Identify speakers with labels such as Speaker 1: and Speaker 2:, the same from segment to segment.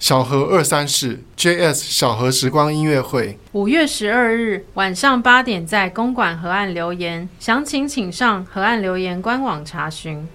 Speaker 1: 小河二三室 JS 小河时光音乐会。
Speaker 2: 五月十二日晚上八点，在公馆河岸留言，详情请上河岸留言官网查询。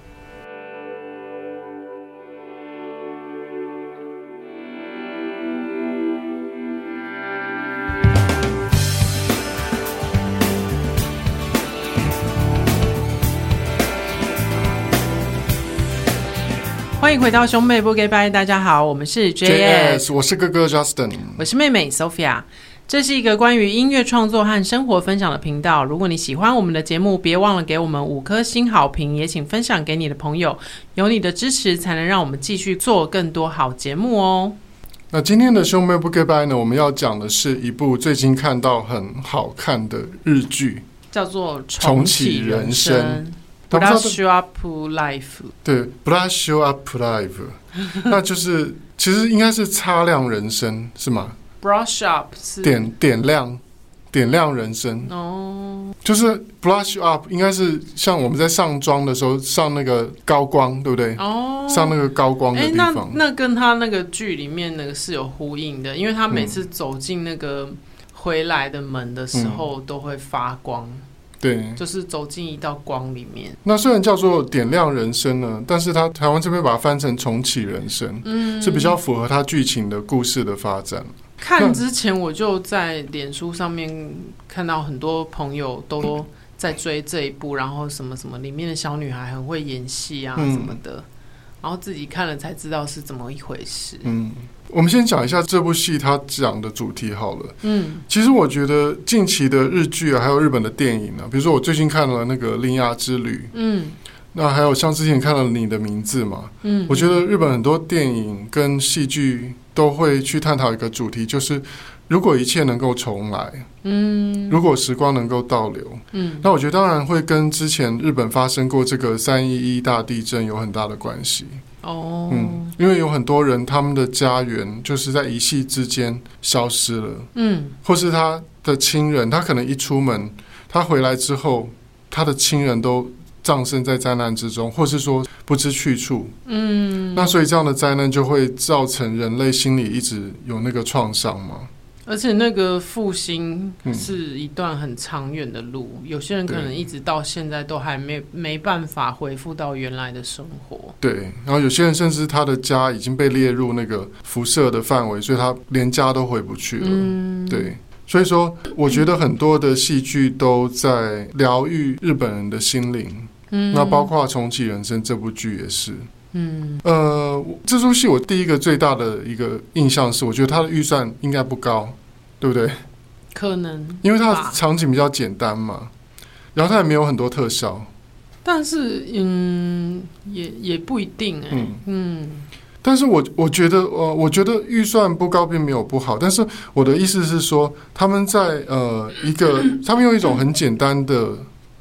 Speaker 2: 欢迎回到兄妹不 g 拜，大家好，我们是 JS，
Speaker 1: JS，我是哥哥 Justin。
Speaker 2: 我是妹妹 Sophia。这是一个关于音乐创作和生活分享的频道。如果你喜欢我们的节目，别忘了给我们五颗星好评，也请分享给你的朋友。有你的支持，才能让我们继续做更多好节目哦。
Speaker 1: 那今天的兄妹不 goodbye 呢，我们要讲的是一部最近看到很好看的日剧。
Speaker 2: 叫做
Speaker 1: 重启人生
Speaker 2: 生
Speaker 1: 我不知道这
Speaker 2: （Brush Up Life）。
Speaker 1: 对，Brush You Up Live，那就是其实应该是擦亮人生是吗？
Speaker 2: Brush Up 是
Speaker 1: 点点亮，点亮人生，
Speaker 2: 哦，
Speaker 1: 就是 Brush You Up，应该是像我们在上妆的时候上那个高光，对不对？
Speaker 2: 哦，
Speaker 1: 上那个高光的
Speaker 2: 哎、
Speaker 1: 地
Speaker 2: 那
Speaker 1: 方。
Speaker 2: 那跟他那个剧里面那个是有呼应的，因为
Speaker 1: 嗯
Speaker 2: 他每次走进那个回来的门的
Speaker 1: 嗯
Speaker 2: 时候都会发光，
Speaker 1: 对，
Speaker 2: 就是走进一道光里面。
Speaker 1: 那虽然叫做点亮人生呢，但是它台湾这边把它翻成重启人生，
Speaker 2: 嗯，
Speaker 1: 是比较符合它剧情的故事的发展。
Speaker 2: 看之前我就在脸书上面看到很多朋友都在追这一部，然后什么什么里面的小女孩很会演戏啊
Speaker 1: 嗯
Speaker 2: 什么的，然后自己看了才知道是怎么一回事。
Speaker 1: 嗯，我们先讲一下这部戏它讲的主题好了。
Speaker 2: 嗯
Speaker 1: 其实我觉得近期的日剧啊，还有日本的电影啊，比如说我最近看了那个《铃芽之旅》，
Speaker 2: 嗯
Speaker 1: 那还有像之前看了《你的名字》嘛，
Speaker 2: 嗯，
Speaker 1: 我觉得日本很多电影跟戏剧都会去探讨一个主题，就是如果一切能够重来，
Speaker 2: 嗯
Speaker 1: 如果时光能够倒流，
Speaker 2: 嗯
Speaker 1: 那我觉得当然会跟之前日本发生过这个三一一大地震有很大的关系。
Speaker 2: 哦
Speaker 1: 嗯，因为有很多人他们的家园就是在一夕之间消失了，
Speaker 2: 嗯
Speaker 1: 或是他的亲人，他可能一出门，他回来之后，他的亲人都葬身在灾难之中，或是说不知去处。
Speaker 2: 嗯，
Speaker 1: 那所以这样的灾难就会造成人类心里一直有那个创伤嘛。
Speaker 2: 而且那个复兴
Speaker 1: 嗯
Speaker 2: 是一段很长远的路，有些人可
Speaker 1: 对
Speaker 2: 能一直到现在都还没没办法恢复到原来的生活。
Speaker 1: 对，然后有些人甚至他的家已经被列入那个辐射的范围，所以他连家都回不去了。
Speaker 2: 嗯，，
Speaker 1: 对，所以说我觉得很多的戏剧都在疗愈日本人的心灵，
Speaker 2: 嗯，
Speaker 1: 那包括《重启人生》这部剧也是。
Speaker 2: 嗯
Speaker 1: 呃，我这出戏我第一个最大的一个印象是，我觉得它的预算应该不高，对不对？
Speaker 2: 可能，
Speaker 1: 因为它
Speaker 2: 吧
Speaker 1: 的场景比较简单嘛，然后它也没有很多特效。
Speaker 2: 但是嗯，也也不一定哎、
Speaker 1: 嗯
Speaker 2: 嗯
Speaker 1: 但是我我觉得，呃，我觉得预算不高并没有不好，但是我的意思是说，他们在呃一个，他们用一种很简单的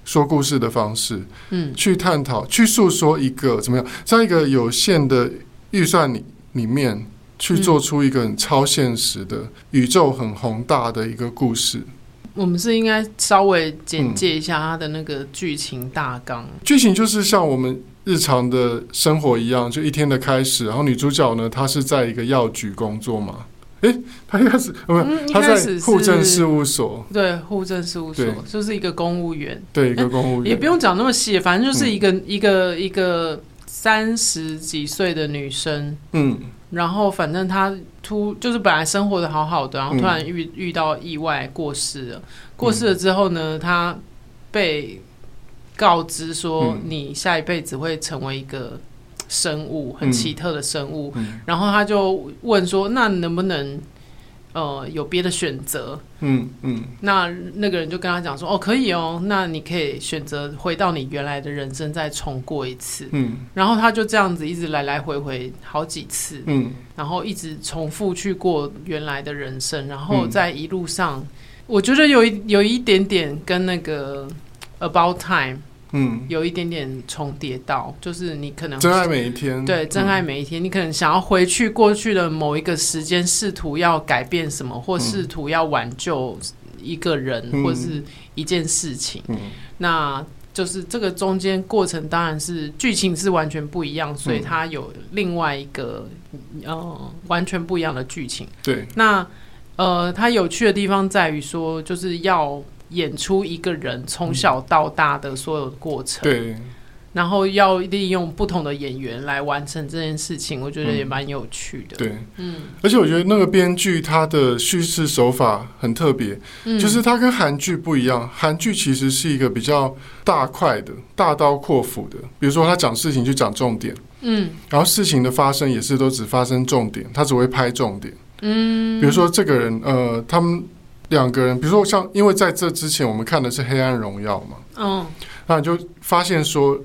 Speaker 1: 说故事的方式，
Speaker 2: 嗯
Speaker 1: 去探讨、去诉说一个怎么样，在一个有限的预算里里面去做出一个很超现实的、宇宙很宏大的一个故事。
Speaker 2: 我们是应该稍微简介一下它的那个剧情大纲。
Speaker 1: 剧情就是像我们日常的生活一样，就一天的开始。然后女主角呢，她是在一个药局工作嘛，诶，她一开始呃不是，
Speaker 2: 嗯，一
Speaker 1: 她
Speaker 2: 开
Speaker 1: 在
Speaker 2: 始
Speaker 1: 户政
Speaker 2: 是
Speaker 1: 事务所，
Speaker 2: 对户政事务所
Speaker 1: 对，
Speaker 2: 就是一个公务员。
Speaker 1: 对一个公务员，
Speaker 2: 也不用讲那么细，反正
Speaker 1: 嗯
Speaker 2: 就是一个、一个一个三十几岁的女生，
Speaker 1: 嗯，
Speaker 2: 然后反正她突就是本来生活的好好的，然后
Speaker 1: 嗯
Speaker 2: 突然遇、遇到意外过世了，过世了之后呢，她被告知说
Speaker 1: 嗯
Speaker 2: 你下一辈子会成为一个生物，很
Speaker 1: 嗯
Speaker 2: 奇特的生物，
Speaker 1: 嗯
Speaker 2: 然后她就问说，那能不能呃有别的选择？
Speaker 1: 嗯嗯
Speaker 2: 那那个人就跟他讲说：“哦，可以哦，那你可以选择回到你原来的人生再重过一次。
Speaker 1: 嗯”
Speaker 2: 然后他就这样子一直来来回回好几次，
Speaker 1: 嗯
Speaker 2: 然后一直重复去过原来的人生，然后
Speaker 1: 嗯
Speaker 2: 在一路上，我觉得有一有一点点跟那个《About Time》
Speaker 1: 嗯，
Speaker 2: 有一点点重叠到，就是你可能
Speaker 1: 真爱每一天，嗯
Speaker 2: 对，真爱每一天，你可能想要回去过去的某一个时间，试图要改变什么，或
Speaker 1: 嗯
Speaker 2: 试图要挽救一个人、
Speaker 1: 嗯
Speaker 2: 或是一件事情。
Speaker 1: 嗯，嗯
Speaker 2: 那就是这个中间过程当然是剧情是完全不一样，
Speaker 1: 嗯
Speaker 2: 所以它有另外一个呃完全不一样的剧情。
Speaker 1: 对，
Speaker 2: 那呃，它有趣的地方在于说，就是要演出一个人从小到大的所有的过程，
Speaker 1: 嗯对，
Speaker 2: 然后要利用不同的演员来完成这件事情，我觉得也蛮有趣的。
Speaker 1: 对。
Speaker 2: 嗯，
Speaker 1: 而且我觉得那个编剧他的叙事手法很特别，
Speaker 2: 嗯
Speaker 1: 就是它跟韩剧不一样。韩剧其实是一个比较大块的、大刀阔斧的，比如说他讲事情就讲重点，
Speaker 2: 嗯
Speaker 1: 然后事情的发生也是都只发生重点，他只会拍重点。
Speaker 2: 嗯，
Speaker 1: 比如说这个人，呃，他们两个人，比如说像，因为在这之前我们看的是《黑暗荣耀》嘛，
Speaker 2: 嗯
Speaker 1: 那你就发现说，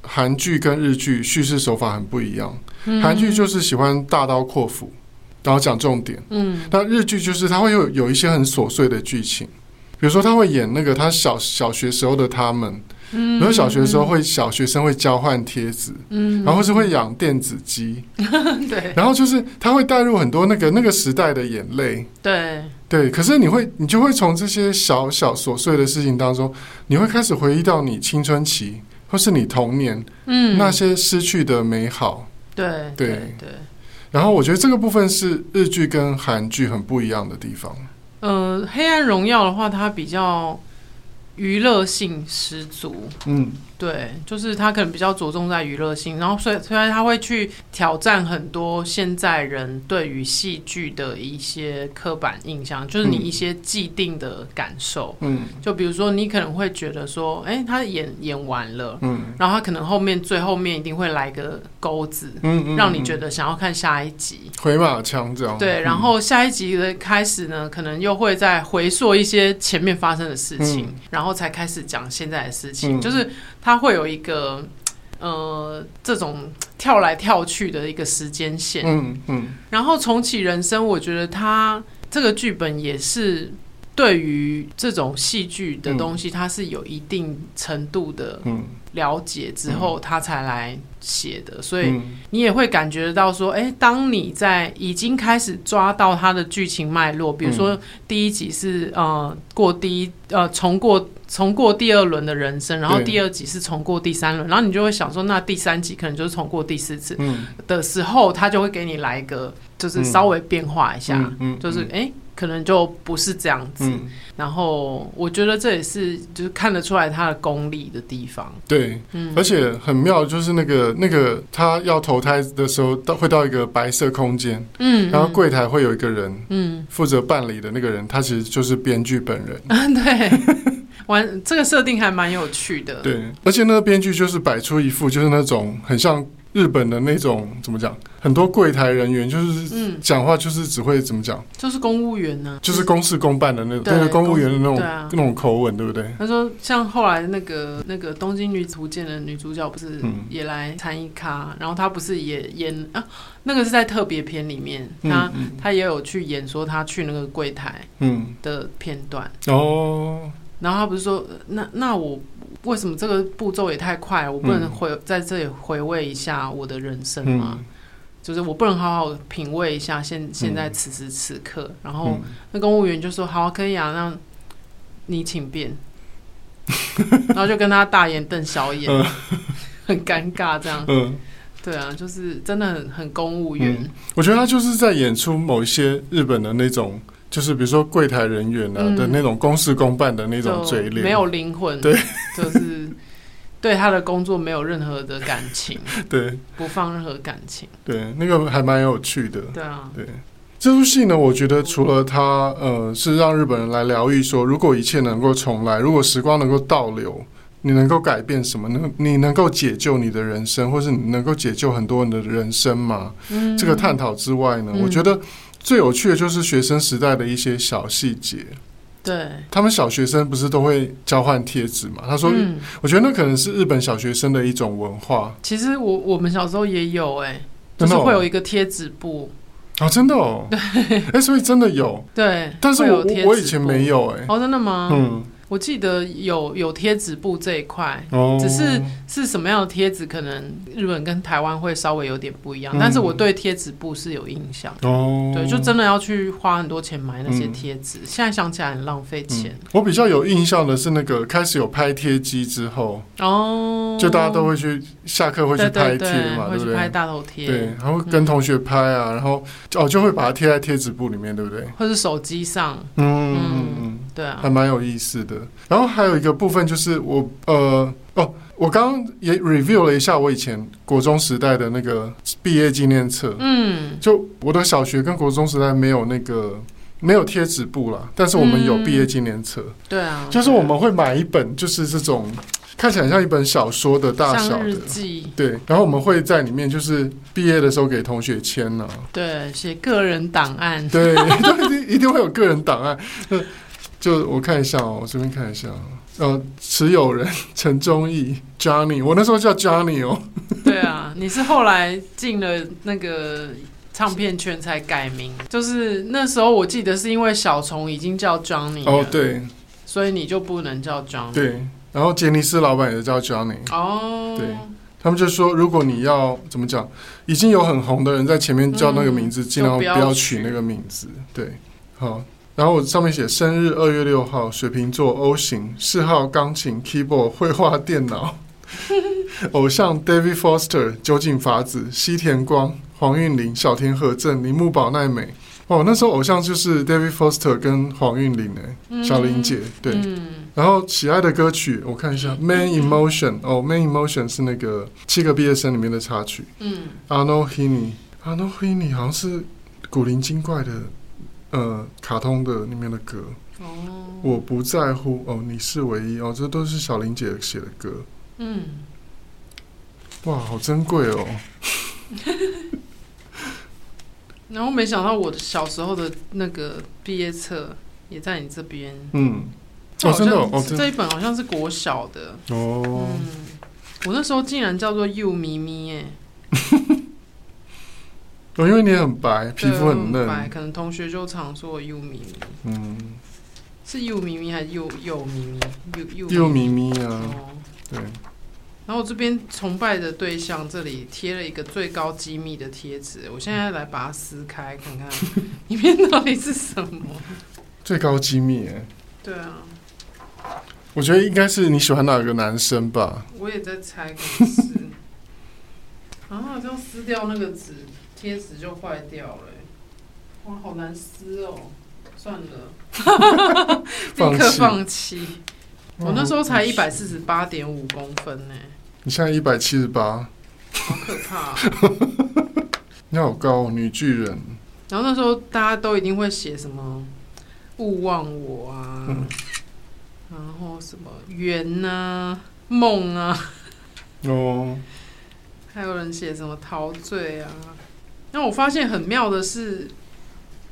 Speaker 1: 韩剧跟日剧叙事手法很不一样。
Speaker 2: 嗯
Speaker 1: 韩剧就是喜欢大刀阔斧，然后讲重点。
Speaker 2: 嗯
Speaker 1: 那日剧就是它会有有一些很琐碎的剧情，比如说他会演那个他小小学时候的他们，比
Speaker 2: 嗯
Speaker 1: 如说小学的时候会小学生会交换贴纸，
Speaker 2: 嗯，
Speaker 1: 然后是会养电子鸡，
Speaker 2: 对
Speaker 1: 然后就是他会带入很多那个那个时代的眼泪。
Speaker 2: 对
Speaker 1: 对，可是你会，你就会从这些小小琐碎的事情当中，你会开始回忆到你青春期，或是你童年
Speaker 2: 嗯
Speaker 1: 那些失去的美好。
Speaker 2: 对
Speaker 1: 对
Speaker 2: 对对。
Speaker 1: 然后我觉得这个部分是日剧跟韩剧很不一样的地方。
Speaker 2: 呃，黑暗荣耀的话，它比较娱乐性十足，
Speaker 1: 嗯，
Speaker 2: 对，就是它可能比较着重在娱乐性，然后虽虽然它会去挑战很多现在人对于戏剧的一些刻板印象，就是你
Speaker 1: 嗯
Speaker 2: 一些既定的感受，
Speaker 1: 嗯
Speaker 2: 就比如说你可能会觉得说，哎、他演演完了，
Speaker 1: 嗯
Speaker 2: 然后他可能后面最后面一定会来个钩子，
Speaker 1: 嗯哦嗯，
Speaker 2: 让你觉
Speaker 1: 得
Speaker 2: 得想要看下一集，
Speaker 1: 回马枪这样。
Speaker 2: 对，然后下一集的开始呢，可能又会再回溯一些前面发生的事情，
Speaker 1: 嗯
Speaker 2: 然后才开始讲现在的事情，
Speaker 1: 嗯
Speaker 2: 就是它会有一个呃这种跳来跳去的一个时间线。
Speaker 1: 嗯嗯
Speaker 2: 然后重启人生，我觉得它这个剧本也是对于这种戏剧的东西，它是有一定程度的
Speaker 1: 嗯，
Speaker 2: 了解之后，它才来写的，所以。
Speaker 1: 嗯
Speaker 2: 你也会感觉得到说，哎，当你在已经开始抓到它的剧情脉络，比如
Speaker 1: 嗯
Speaker 2: 说第一集是、呃过第一呃重过重过第二轮的人生，然后
Speaker 1: 对
Speaker 2: 第二集是重过第三轮，然后你就会想说，那第三集可能就是重过第四次
Speaker 1: 嗯，
Speaker 2: 的时候，他就会给你来一个就是稍微变化一下，
Speaker 1: 嗯
Speaker 2: 就是哎。诶可能就不是这样子，
Speaker 1: 嗯，
Speaker 2: 然后我觉得这也是就是看得出来他的功力的地方，
Speaker 1: 对，
Speaker 2: 嗯，
Speaker 1: 而且很妙，就是那个那个他要投胎的时候，到会到一个白色空间，
Speaker 2: 嗯，
Speaker 1: 然后柜台会有一个人。
Speaker 2: 嗯，
Speaker 1: 负责办理的那个人，他其实就是编剧本人。
Speaker 2: 啊，对，玩这个设定还蛮有趣的。，
Speaker 1: 对，而且那个编剧就是摆出一副就是那种很像日本的那种怎么讲，很多柜台人员就是
Speaker 2: 嗯，
Speaker 1: 讲话就是只会怎么讲，
Speaker 2: 就是公务员呢、
Speaker 1: 就是公事公办的那种，
Speaker 2: 对
Speaker 1: 对公务员的那种
Speaker 2: 公对啊
Speaker 1: 那种口吻，对不对？
Speaker 2: 他说，像后来那个那个《东京女图鉴》的女主角不是
Speaker 1: 嗯
Speaker 2: 也来参一咖，然后她不是也演啊，那个是在特别篇里面，她、
Speaker 1: 嗯
Speaker 2: 她也有去演说她去那个柜台
Speaker 1: 嗯，
Speaker 2: 的片段，
Speaker 1: 嗯哦，
Speaker 2: 然后她不是说，呃那那我为什么这个步骤也太快了，我不能
Speaker 1: 嗯
Speaker 2: 回、在这里回味一下我的人生吗？
Speaker 1: 嗯，
Speaker 2: 就是我不能好好品味一下现现在此时此刻，然后
Speaker 1: 嗯
Speaker 2: 那公务员就说好啊可以啊，那你 请便，然后就跟他大眼瞪小眼，
Speaker 1: 嗯
Speaker 2: 很尴尬这样。
Speaker 1: 嗯，
Speaker 2: 对啊，就是真的很很公务员，
Speaker 1: 我觉得他就是在演出某一些日本的那种，就是比如说柜台人员啊
Speaker 2: 嗯
Speaker 1: 的那种公事公办的那种
Speaker 2: 就
Speaker 1: 嘴脸，
Speaker 2: 没有灵魂，
Speaker 1: 对，
Speaker 2: 就是对他的工作没有任何的感情，
Speaker 1: 对
Speaker 2: 不放任何感情。
Speaker 1: 对，那个还蛮有趣的。
Speaker 2: 对啊，
Speaker 1: 对，这出戏呢，我觉得除了它，呃，是让日本人来疗愈，说如果一切能够重来，如果时光能够倒流，你能够改变什么？能你能够解救你的人生，或是你能够解救很多人的人生吗？
Speaker 2: 嗯
Speaker 1: 这个探讨之外呢，
Speaker 2: 嗯
Speaker 1: 我觉得最有趣的就是学生时代的一些小细节。
Speaker 2: 对，
Speaker 1: 他们小学生不是都会交换贴纸嘛？他说，
Speaker 2: 嗯，
Speaker 1: 我觉得那可能是日本小学生的一种文化，
Speaker 2: 其实我我们小时候也有哎、就
Speaker 1: 真
Speaker 2: 是
Speaker 1: 的、
Speaker 2: 会有
Speaker 1: 哦，
Speaker 2: 一个贴纸布，
Speaker 1: 哦，真的哦，哎、所以真的有，
Speaker 2: 对，
Speaker 1: 但是
Speaker 2: 会有
Speaker 1: 我
Speaker 2: 贴
Speaker 1: 我我
Speaker 2: 纸
Speaker 1: 以前
Speaker 2: 布
Speaker 1: 没有哎、
Speaker 2: 哦，真的吗？
Speaker 1: 嗯，
Speaker 2: 我记得有有贴纸布这一块，
Speaker 1: 哦，
Speaker 2: 只是是什么样的贴纸，可能日本跟台湾会稍微有点不一样，
Speaker 1: 嗯
Speaker 2: 但是我对贴纸布是有印象。
Speaker 1: 哦，
Speaker 2: 对，就真的要去花很多钱买那些贴纸，
Speaker 1: 嗯
Speaker 2: 现在想起来很浪费钱、
Speaker 1: 我比较有印象的是那个开始有拍贴机之后，
Speaker 2: 哦。
Speaker 1: 嗯就大家都会去下课会去
Speaker 2: 对
Speaker 1: 拍
Speaker 2: 对
Speaker 1: 贴
Speaker 2: 对，
Speaker 1: 嘛，
Speaker 2: 会
Speaker 1: 对不
Speaker 2: 去拍
Speaker 1: 对？
Speaker 2: 大头贴，嗯
Speaker 1: 对，然后跟同学拍啊，然后哦就会把它贴在贴纸布里面，对不对？
Speaker 2: 或是手机上，
Speaker 1: 嗯
Speaker 2: 嗯
Speaker 1: 嗯嗯，
Speaker 2: 对啊
Speaker 1: 还，蛮有意思的。然后还有一个部分就是我呃哦，我刚刚也 review 了一下我以前国中时代的那个毕业纪念册，
Speaker 2: 嗯，
Speaker 1: 就我的小学跟国中时代没有那个没有贴纸布啦，但是我们有
Speaker 2: 嗯
Speaker 1: 毕业纪念册，
Speaker 2: 对啊，
Speaker 1: 就是我们会买一本，就是这种看起来像一本小说的大小
Speaker 2: 像
Speaker 1: 的
Speaker 2: 日，记，
Speaker 1: 对，然后我们会在里面就是毕业的时候给同学签呢、
Speaker 2: 对，写个人档案，
Speaker 1: 对，就一定一定会有个人档案。呃就我看一下哦，我这边看一下哦，呃，持有人陈忠义 Johnny，我那时候叫 Johnny 哦，
Speaker 2: 对啊，你是后来进了那个唱片圈才改名，就是那时候我记得是因为小虫已经叫 Johnny 了
Speaker 1: 哦，对
Speaker 2: 所以你就不能叫 Johnny，，
Speaker 1: 对，然后杰尼斯老板也叫 Johnny，
Speaker 2: 哦，
Speaker 1: 对他们就说，如果你要怎么讲，已经有很红的人在前面叫那个名字，
Speaker 2: 嗯
Speaker 1: 尽量
Speaker 2: 就
Speaker 1: 不
Speaker 2: 不要
Speaker 1: 要取
Speaker 2: 取
Speaker 1: 那个名字。对，好。然后我上面写生日二月六号，水瓶座 O 型，嗜好钢琴、keyboard、绘画、电脑， 偶像 David Foster、酒井法子、西田光、黄韵玲、小田和正、铃木保奈美。哦，那时候偶像就是 David Foster 跟黄韵玲诶，
Speaker 2: 嗯
Speaker 1: 小玲姐。对，
Speaker 2: 嗯，
Speaker 1: 然后喜爱的歌曲，我看一下，《Man Emotion》哦，《Man Emotion》是那个七个毕业生里面的插曲。
Speaker 2: 嗯，
Speaker 1: Arno Hini，Arno Hini 好像是古灵精怪的呃卡通的里面的歌。
Speaker 2: 哦，
Speaker 1: 我不在乎哦，你是唯一哦，这都是小玲姐写的歌，
Speaker 2: 嗯，
Speaker 1: 哇，好珍贵哦。
Speaker 2: 然后没想到我小时候的那个毕业册也在你这边，
Speaker 1: 嗯，
Speaker 2: 这
Speaker 1: 哦，
Speaker 2: 好像
Speaker 1: 真的哦，哦真
Speaker 2: 这一本好像是国小的，
Speaker 1: 的哦，
Speaker 2: 嗯，我那时候竟然叫做 You 咪咪耶，
Speaker 1: 哦，因为你很白，皮肤很
Speaker 2: 对白
Speaker 1: 嫩，
Speaker 2: 可能同学就常说我 You 咪咪。
Speaker 1: 嗯，
Speaker 2: 是幼咪咪还是幼幼咪咪？幼
Speaker 1: 又
Speaker 2: 幼
Speaker 1: 咪咪啊，
Speaker 2: 哦。
Speaker 1: 对，
Speaker 2: 然后我这边崇拜的对象这里贴了一个最高机密的贴纸，我现在来把它撕开 看看里面到底是什么。
Speaker 1: 最高机密耶，
Speaker 2: 对啊，
Speaker 1: 我觉得应该是你喜欢哪个男生吧。
Speaker 2: 我也在猜，可能是 啊，好像撕掉那个纸，贴纸就坏掉了欸、哇，好难撕哦。算了，立 刻
Speaker 1: 放弃
Speaker 2: 放弃。我那时候才一百
Speaker 1: 四，
Speaker 2: 四十八点五公分呢、欸
Speaker 1: 你现在一百七十八，
Speaker 2: 好可怕、哦。
Speaker 1: 你好高、哦，女巨人。
Speaker 2: 然后那时候大家都一定会写什么“勿忘我”啊，
Speaker 1: 嗯
Speaker 2: 然后什么“缘”啊、“梦”啊，
Speaker 1: 哦，
Speaker 2: 还有人写什么“陶醉”啊。那我发现很妙的是，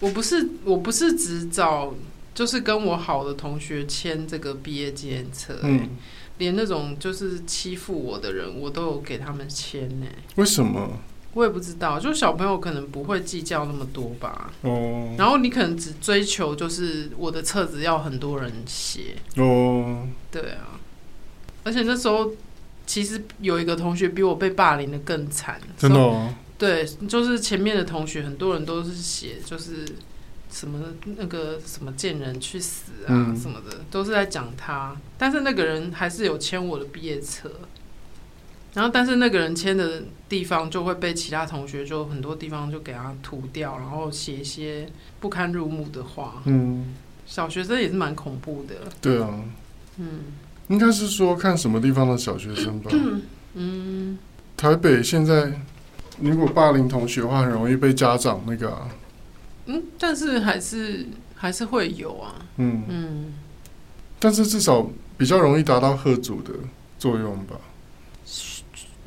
Speaker 2: 我不是我不是只找就是跟我好的同学签这个毕业纪念册、
Speaker 1: 嗯，
Speaker 2: 连那种就是欺负我的人，我都有给他们签呢、
Speaker 1: 为什么？
Speaker 2: 我也不知道，就小朋友可能不会计较那么多吧。
Speaker 1: 哦
Speaker 2: 然后你可能只追求就是我的册子要很多人写，
Speaker 1: 哦，
Speaker 2: 对啊。而且那时候其实有一个同学比我被霸凌的更惨，
Speaker 1: 真的哦，
Speaker 2: 对，就是前面的同学很多人都是写就是什么那个什么见人去死啊、
Speaker 1: 嗯
Speaker 2: 什么的，都是在讲他。但是那个人还是有签我的毕业册，然后但是那个人签的地方就会被其他同学就很多地方就给他涂掉，然后写一些不堪入目的话。
Speaker 1: 嗯，
Speaker 2: 小学生也是蛮恐怖的，
Speaker 1: 对啊，
Speaker 2: 嗯
Speaker 1: 应该是说看什么地方的小学生 吧。
Speaker 2: 嗯，
Speaker 1: 台北现在如果霸凌同学的话，很容易被家长那个、啊，
Speaker 2: 嗯，但是还是还是会有啊，
Speaker 1: 嗯，
Speaker 2: 嗯，
Speaker 1: 但是至少比较容易达到贺主的作用吧。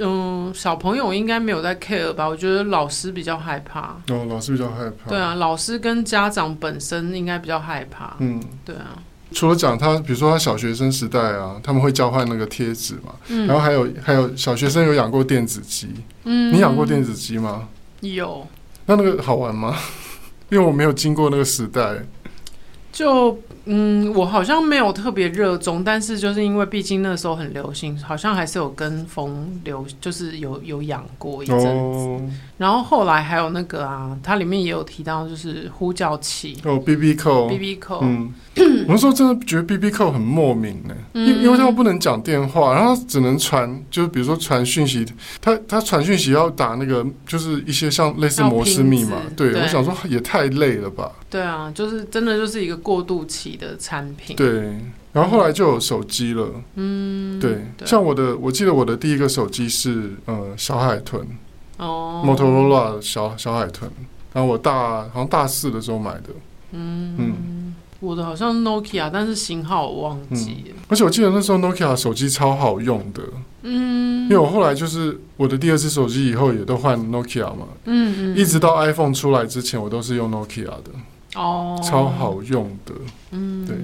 Speaker 2: 嗯，小朋友应该没有在 care 吧？我觉得老师比较害怕。
Speaker 1: 然后哦老师比较害怕。
Speaker 2: 对，啊，老师跟家长本身应该比较害怕。
Speaker 1: 嗯。
Speaker 2: 对啊，
Speaker 1: 除了讲他，比如说他小学生时代啊，他们会交换那个贴纸嘛，
Speaker 2: 嗯，
Speaker 1: 然后还有还有小学生有养过电子鸡，
Speaker 2: 嗯
Speaker 1: 你养过电子鸡吗？
Speaker 2: 有，
Speaker 1: 那那个好玩吗？因为我没有经过那个时代，
Speaker 2: 就嗯，我好像没有特别热衷，但是就是因为毕竟那时候很流行，好像还是有跟风流，就是有有养过一阵子。
Speaker 1: 哦
Speaker 2: 然后后来还有那个啊，它里面也有提到，就是呼叫器
Speaker 1: 哦，B B 扣
Speaker 2: B，B 扣，
Speaker 1: 嗯，我那时候真的觉得 B B 扣很莫名呢、因
Speaker 2: 嗯
Speaker 1: 因为他们不能讲电话，然后只能传，就是比如说传讯息，他他传讯息要打那个，就是一些像类似
Speaker 2: 要
Speaker 1: 摩斯
Speaker 2: 拼
Speaker 1: 密
Speaker 2: 字
Speaker 1: 码，对
Speaker 2: 对
Speaker 1: 我想说也太累了吧，
Speaker 2: 对啊，就是真的就是一个过渡期的产品。
Speaker 1: 对，然后后来就有手机了，
Speaker 2: 嗯，
Speaker 1: 对，像我的，我记得我的第一个手机是呃小海豚、
Speaker 2: 哦
Speaker 1: m o t o r o l a 小小海豚，然后我大好像大四的时候买的，
Speaker 2: 嗯
Speaker 1: 嗯
Speaker 2: 我的好像是 Nokia，但是型号我忘记了。
Speaker 1: 而且我记得那时候 Nokia 手机超好用的，
Speaker 2: 嗯，
Speaker 1: 因为我后来就是我的第二只手机以后也都换 Nokia 嘛，
Speaker 2: 嗯嗯，
Speaker 1: 一直到 iPhone 出来之前我都是用 Nokia 的，
Speaker 2: 哦，
Speaker 1: 超好用的。
Speaker 2: 嗯，
Speaker 1: 对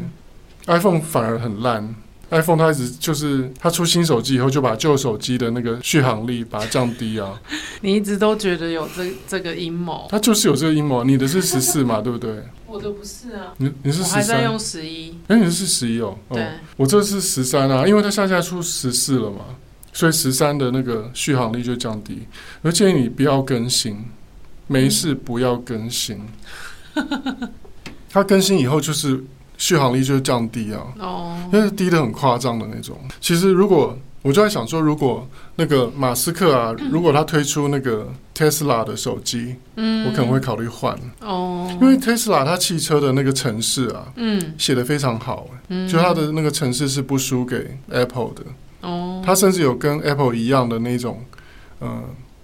Speaker 1: ，iPhone 反而很烂。iPhone 它一直就是它出新手机以后就把旧手机的那个续航力把它降低 啊，
Speaker 2: 你一直都觉得有这这个阴谋，
Speaker 1: 它就是有这个阴谋。你的是十四嘛，对不对？
Speaker 2: 我的不是啊，
Speaker 1: 你你是
Speaker 2: 我
Speaker 1: 十
Speaker 2: 还在
Speaker 1: 三？
Speaker 2: 用十一，
Speaker 1: 哎，你是十一哦。哦
Speaker 2: 对，
Speaker 1: 我这是十三啊，因为它下下出十四了嘛，所以十三的那个续航力就降低。我建议你不要更新，没事不要更新。 它更新以后就是续航力就降低啊，
Speaker 2: 哦，
Speaker 1: 因为低的很夸张的那种。其实如果我就在想说，如果那个马斯克啊，如果他推出那个 Tesla 的手机，
Speaker 2: 嗯
Speaker 1: 我可能会考虑换，
Speaker 2: 哦，
Speaker 1: 因为 Tesla 它汽车的那个城市啊。
Speaker 2: 嗯
Speaker 1: 写的非常好、
Speaker 2: 嗯，
Speaker 1: 就它的那个城市是不输给 Apple 的，
Speaker 2: 哦，
Speaker 1: 它甚至有跟 Apple 一样的那种，呃，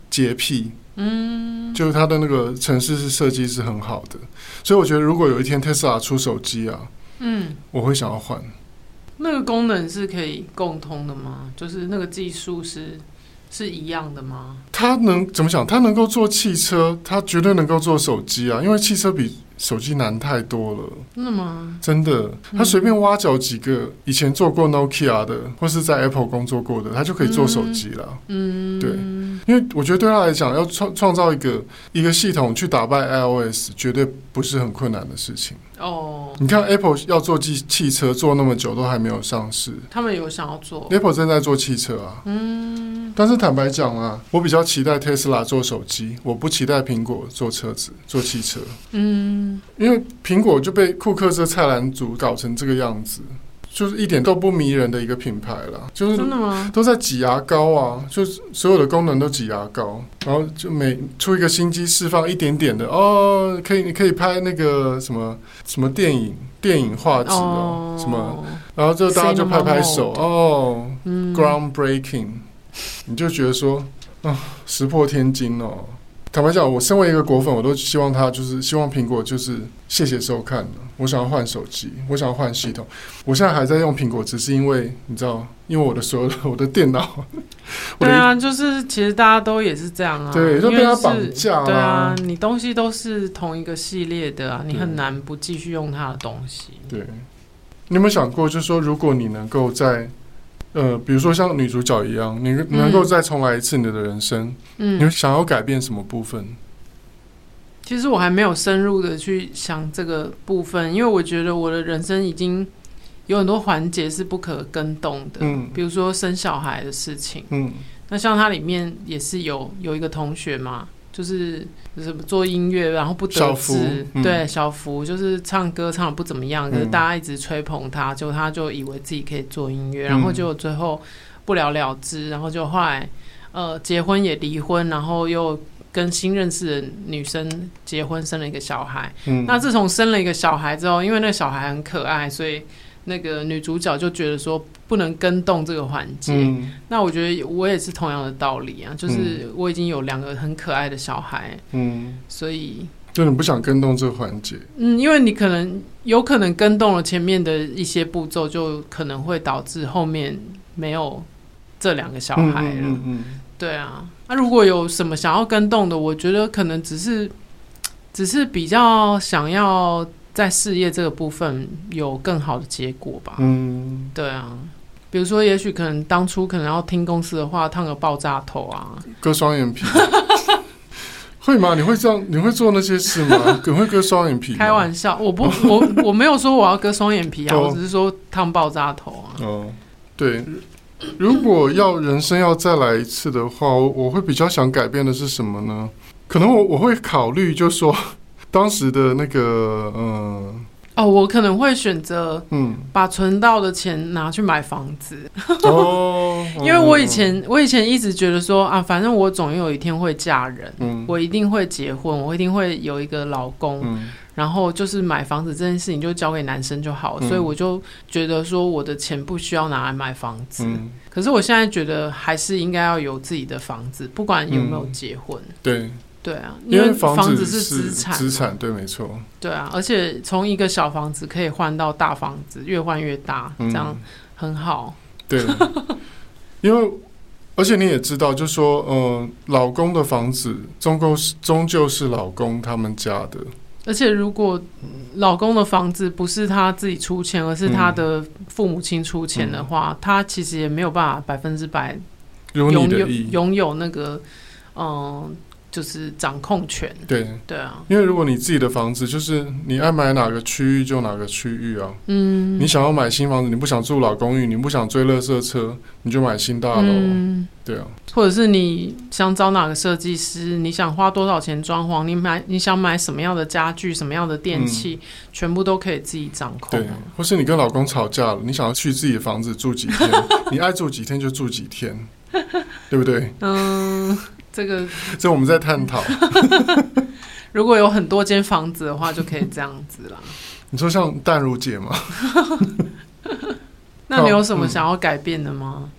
Speaker 1: 洁癖，
Speaker 2: 嗯
Speaker 1: 就是它的那个城市是设计是很好的，所以我觉得如果有一天 Tesla 出手机啊，
Speaker 2: 嗯，
Speaker 1: 我会想要换。
Speaker 2: 那个功能是可以共通的吗？就是那个技术是是一样的吗？
Speaker 1: 它能怎么想？它能够做汽车，它绝对能够做手机啊，因为汽车比手机难太多了，
Speaker 2: 真的吗？
Speaker 1: 真的。
Speaker 2: 嗯
Speaker 1: 它随便挖角几个以前做过 Nokia 的，或是在 Apple 工作过的，它就可以做手机了。
Speaker 2: 嗯，
Speaker 1: 对因为我觉得对他来讲，要创创造一个一个系统去打败 iOS，绝对不是很困难的事情。
Speaker 2: 哦，
Speaker 1: 你看 Apple 要做汽汽车做那么久都还没有上市
Speaker 2: 他们有想要做，
Speaker 1: ，Apple 正在做汽车啊。
Speaker 2: 嗯，
Speaker 1: 但是坦白讲啊，我比较期待 Tesla 做手机，我不期待苹果做车子、做汽车，
Speaker 2: 嗯，
Speaker 1: 因为苹果就被库克这菜篮族搞成这个样子，就是一点都不迷人的一个品牌啦，就是
Speaker 2: 真的吗？
Speaker 1: 都在挤牙膏啊，就是所有的功能都挤牙膏，然后就每出一个新机释放一点点的哦，可以你可以拍那个什么什么电影电影画质哦，什么，然后就大家就拍拍手
Speaker 2: Cinema
Speaker 1: 哦
Speaker 2: 嗯
Speaker 1: ，groundbreaking，你就觉得说啊、石破天惊哦。坦白讲，我身为一个果粉，我都希望它就是希望苹果就是谢谢收看了我想要换手机，我想要换系统。我现在还在用苹果，只是因为你知道，因为我的所有的 我的电脑，我
Speaker 2: 对
Speaker 1: 的、
Speaker 2: 啊，就是其实大家都也是这样啊，
Speaker 1: 对，就
Speaker 2: 因
Speaker 1: 被
Speaker 2: 为
Speaker 1: 它
Speaker 2: 是
Speaker 1: 绑架
Speaker 2: 对
Speaker 1: 了、
Speaker 2: 啊，你东西都是同一个系列的啊，你
Speaker 1: 对
Speaker 2: 很难不继续用它的东西。
Speaker 1: 对，你有没有想过，就是说，如果你能够在呃，比如说像女主角一样，你你能够
Speaker 2: 嗯
Speaker 1: 再重来一次你的人生，你
Speaker 2: 嗯，
Speaker 1: 想要改变什么部分？
Speaker 2: 其实我还没有深入的去想这个部分，因为我觉得我的人生已经有很多环节是不可跟动的，
Speaker 1: 嗯
Speaker 2: 比如说生小孩的事情。
Speaker 1: 嗯，
Speaker 2: 那像它里面也是有有一个同学嘛，就是什么做音乐，然后不得
Speaker 1: 小福
Speaker 2: 志，
Speaker 1: 嗯
Speaker 2: 对小福就是唱歌唱的不怎么样，可是
Speaker 1: 嗯
Speaker 2: 大家一直吹捧他，就他就以为自己可以做音乐，然后
Speaker 1: 嗯
Speaker 2: 就最后不了了之，然后就后来呃结婚也离婚，然后又跟新认识的女生结婚生了一个小孩，
Speaker 1: 嗯
Speaker 2: 那自从生了一个小孩之后，因为那个小孩很可爱，所以那个女主角就觉得说不能跟动这个环节。
Speaker 1: 嗯
Speaker 2: 那我觉得我也是同样的道理啊，就是我已经有两个很可爱的小孩，
Speaker 1: 嗯，
Speaker 2: 所以
Speaker 1: 就你不想跟动这个环节，
Speaker 2: 嗯，因为你可能有可能跟动了前面的一些步骤，就可能会导致后面没有这两个小孩了。
Speaker 1: 嗯嗯
Speaker 2: 对啊，那、如果有什么想要跟动的，我觉得可能只是只是比较想要在事业这个部分有更好的结果吧。
Speaker 1: 嗯，
Speaker 2: 对啊，比如说，也许可能当初可能要听公司的话，烫个爆炸头啊，
Speaker 1: 割双眼皮， 会吗？你会这样？你会做那些事 吗？你会割双眼皮吗？
Speaker 2: 开玩笑，我不， 我我没有说我要割双眼皮啊，
Speaker 1: 哦
Speaker 2: 我只是说烫爆炸头啊。
Speaker 1: 哦，对。如果要人生要再来一次的话，我我会比较想改变的是什么呢？可能我我会考虑，就说 当时的那个，嗯
Speaker 2: 哦，我可能会选择
Speaker 1: 嗯，
Speaker 2: 把存到的钱拿去买房子，，
Speaker 1: 哦
Speaker 2: 因为我以前我以前一直觉得说啊，反正我总有一天会嫁人，
Speaker 1: 嗯，
Speaker 2: 我一定会结婚，我一定会有一个老公，
Speaker 1: 嗯
Speaker 2: 然后就是买房子这件事情就交给男生就好，
Speaker 1: 嗯
Speaker 2: 所以我就觉得说我的钱不需要拿来买房子。
Speaker 1: 嗯，
Speaker 2: 可是我现在觉得还是应该要有自己的房子，不管有没有
Speaker 1: 嗯
Speaker 2: 结婚。
Speaker 1: 对，
Speaker 2: 对啊，
Speaker 1: 因
Speaker 2: 为
Speaker 1: 为
Speaker 2: 房
Speaker 1: 子
Speaker 2: 是资产，
Speaker 1: 资产对，没错，
Speaker 2: 对啊，而且从一个小房子可以换到大房子，越换越大，
Speaker 1: 嗯
Speaker 2: 这样很好。
Speaker 1: 对，因为而且你也知道，就说，呃，老公的房子终究是终究是老公他们家的，
Speaker 2: 而且如果老公的房子不是他自己出钱，而是
Speaker 1: 嗯
Speaker 2: 他的父母亲出钱的话，他其实也没有办法百分之百
Speaker 1: 如
Speaker 2: 拥
Speaker 1: 你
Speaker 2: 有
Speaker 1: 的意，
Speaker 2: 拥有那个嗯、就是掌控权。
Speaker 1: 对。
Speaker 2: 对啊，
Speaker 1: 因为如果你自己的房子，就是你爱买哪个区域就哪个区域啊。
Speaker 2: 嗯，
Speaker 1: 你想要买新房子，你不想住老公寓，你不想追垃圾车，你就买新大哦楼。
Speaker 2: 嗯
Speaker 1: 对啊，
Speaker 2: 或者是你想找哪个设计师，你想花多少钱装潢，你买你想买什么样的家具、什么样的电器，全部都可以自己掌控
Speaker 1: 嗯对
Speaker 2: 啊。。
Speaker 1: 或是你跟老公吵架了，你想要去自己的房子住几天，你爱住几天就住几天， 对不对？
Speaker 2: 嗯， 这个
Speaker 1: 这我们在探讨。
Speaker 2: 如果有很多间房子的话，就可以这样子 啦。
Speaker 1: 你说像淡如姐嘛，
Speaker 2: 那你有什
Speaker 1: 好
Speaker 2: 么
Speaker 1: 嗯
Speaker 2: 想要改变的吗？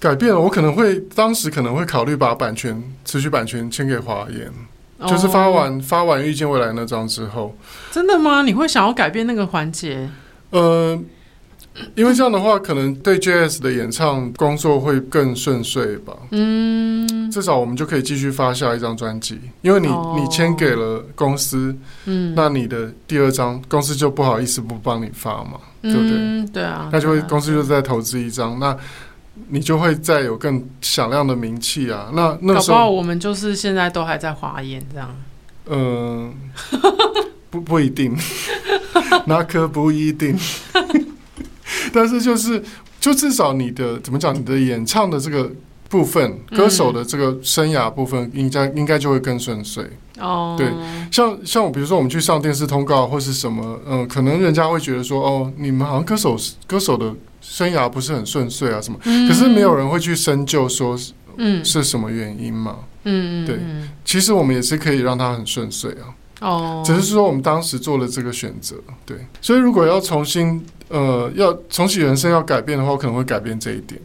Speaker 1: 改变了，我可能会当时可能会考虑把版权持续版权签给华研，嗯就是发
Speaker 2: 哦、
Speaker 1: 完发完《遇见未来》那张之后，
Speaker 2: 真的吗？你会想要改变那个环节？
Speaker 1: 呃，因为这样的话，可能对 JS 的演唱工作会更顺遂吧。
Speaker 2: 嗯
Speaker 1: 至少我们就可以继续发下一张专辑，因为你、
Speaker 2: 哦
Speaker 1: 你签给了公司，
Speaker 2: 嗯，
Speaker 1: 那你的第二张公司就不好意思不帮你发嘛，对不对
Speaker 2: 嗯、对啊，
Speaker 1: 那就
Speaker 2: 对
Speaker 1: 会
Speaker 2: 啊
Speaker 1: 公司就再投资一张，那你就会再有更响亮的名气啊。那那
Speaker 2: 搞
Speaker 1: 时
Speaker 2: 不好
Speaker 1: 候，
Speaker 2: 我们就是现在都还在华研这样。
Speaker 1: 嗯、不 不一定，那可不一定。 但是就是，就至少你的怎么讲，你的演唱的这个部分，歌手的这个生涯部分，应该应该就会更顺遂。
Speaker 2: 哦，
Speaker 1: 对像像我，比如说我们去上电视通告或是什么，嗯、可能人家会觉得说，哦，你们好像歌手歌手的生涯不是很顺遂啊什么，
Speaker 2: 嗯
Speaker 1: 可是没有人会去深究说是
Speaker 2: 嗯
Speaker 1: 是什么原因嘛。
Speaker 2: 嗯嗯
Speaker 1: 对
Speaker 2: 嗯
Speaker 1: 其实我们也是可以让它很顺遂啊，
Speaker 2: 哦，
Speaker 1: 只是说我们当时做了这个选择，对。所以如果要重新呃要重启人生要改变的话，我可能会改变这一点，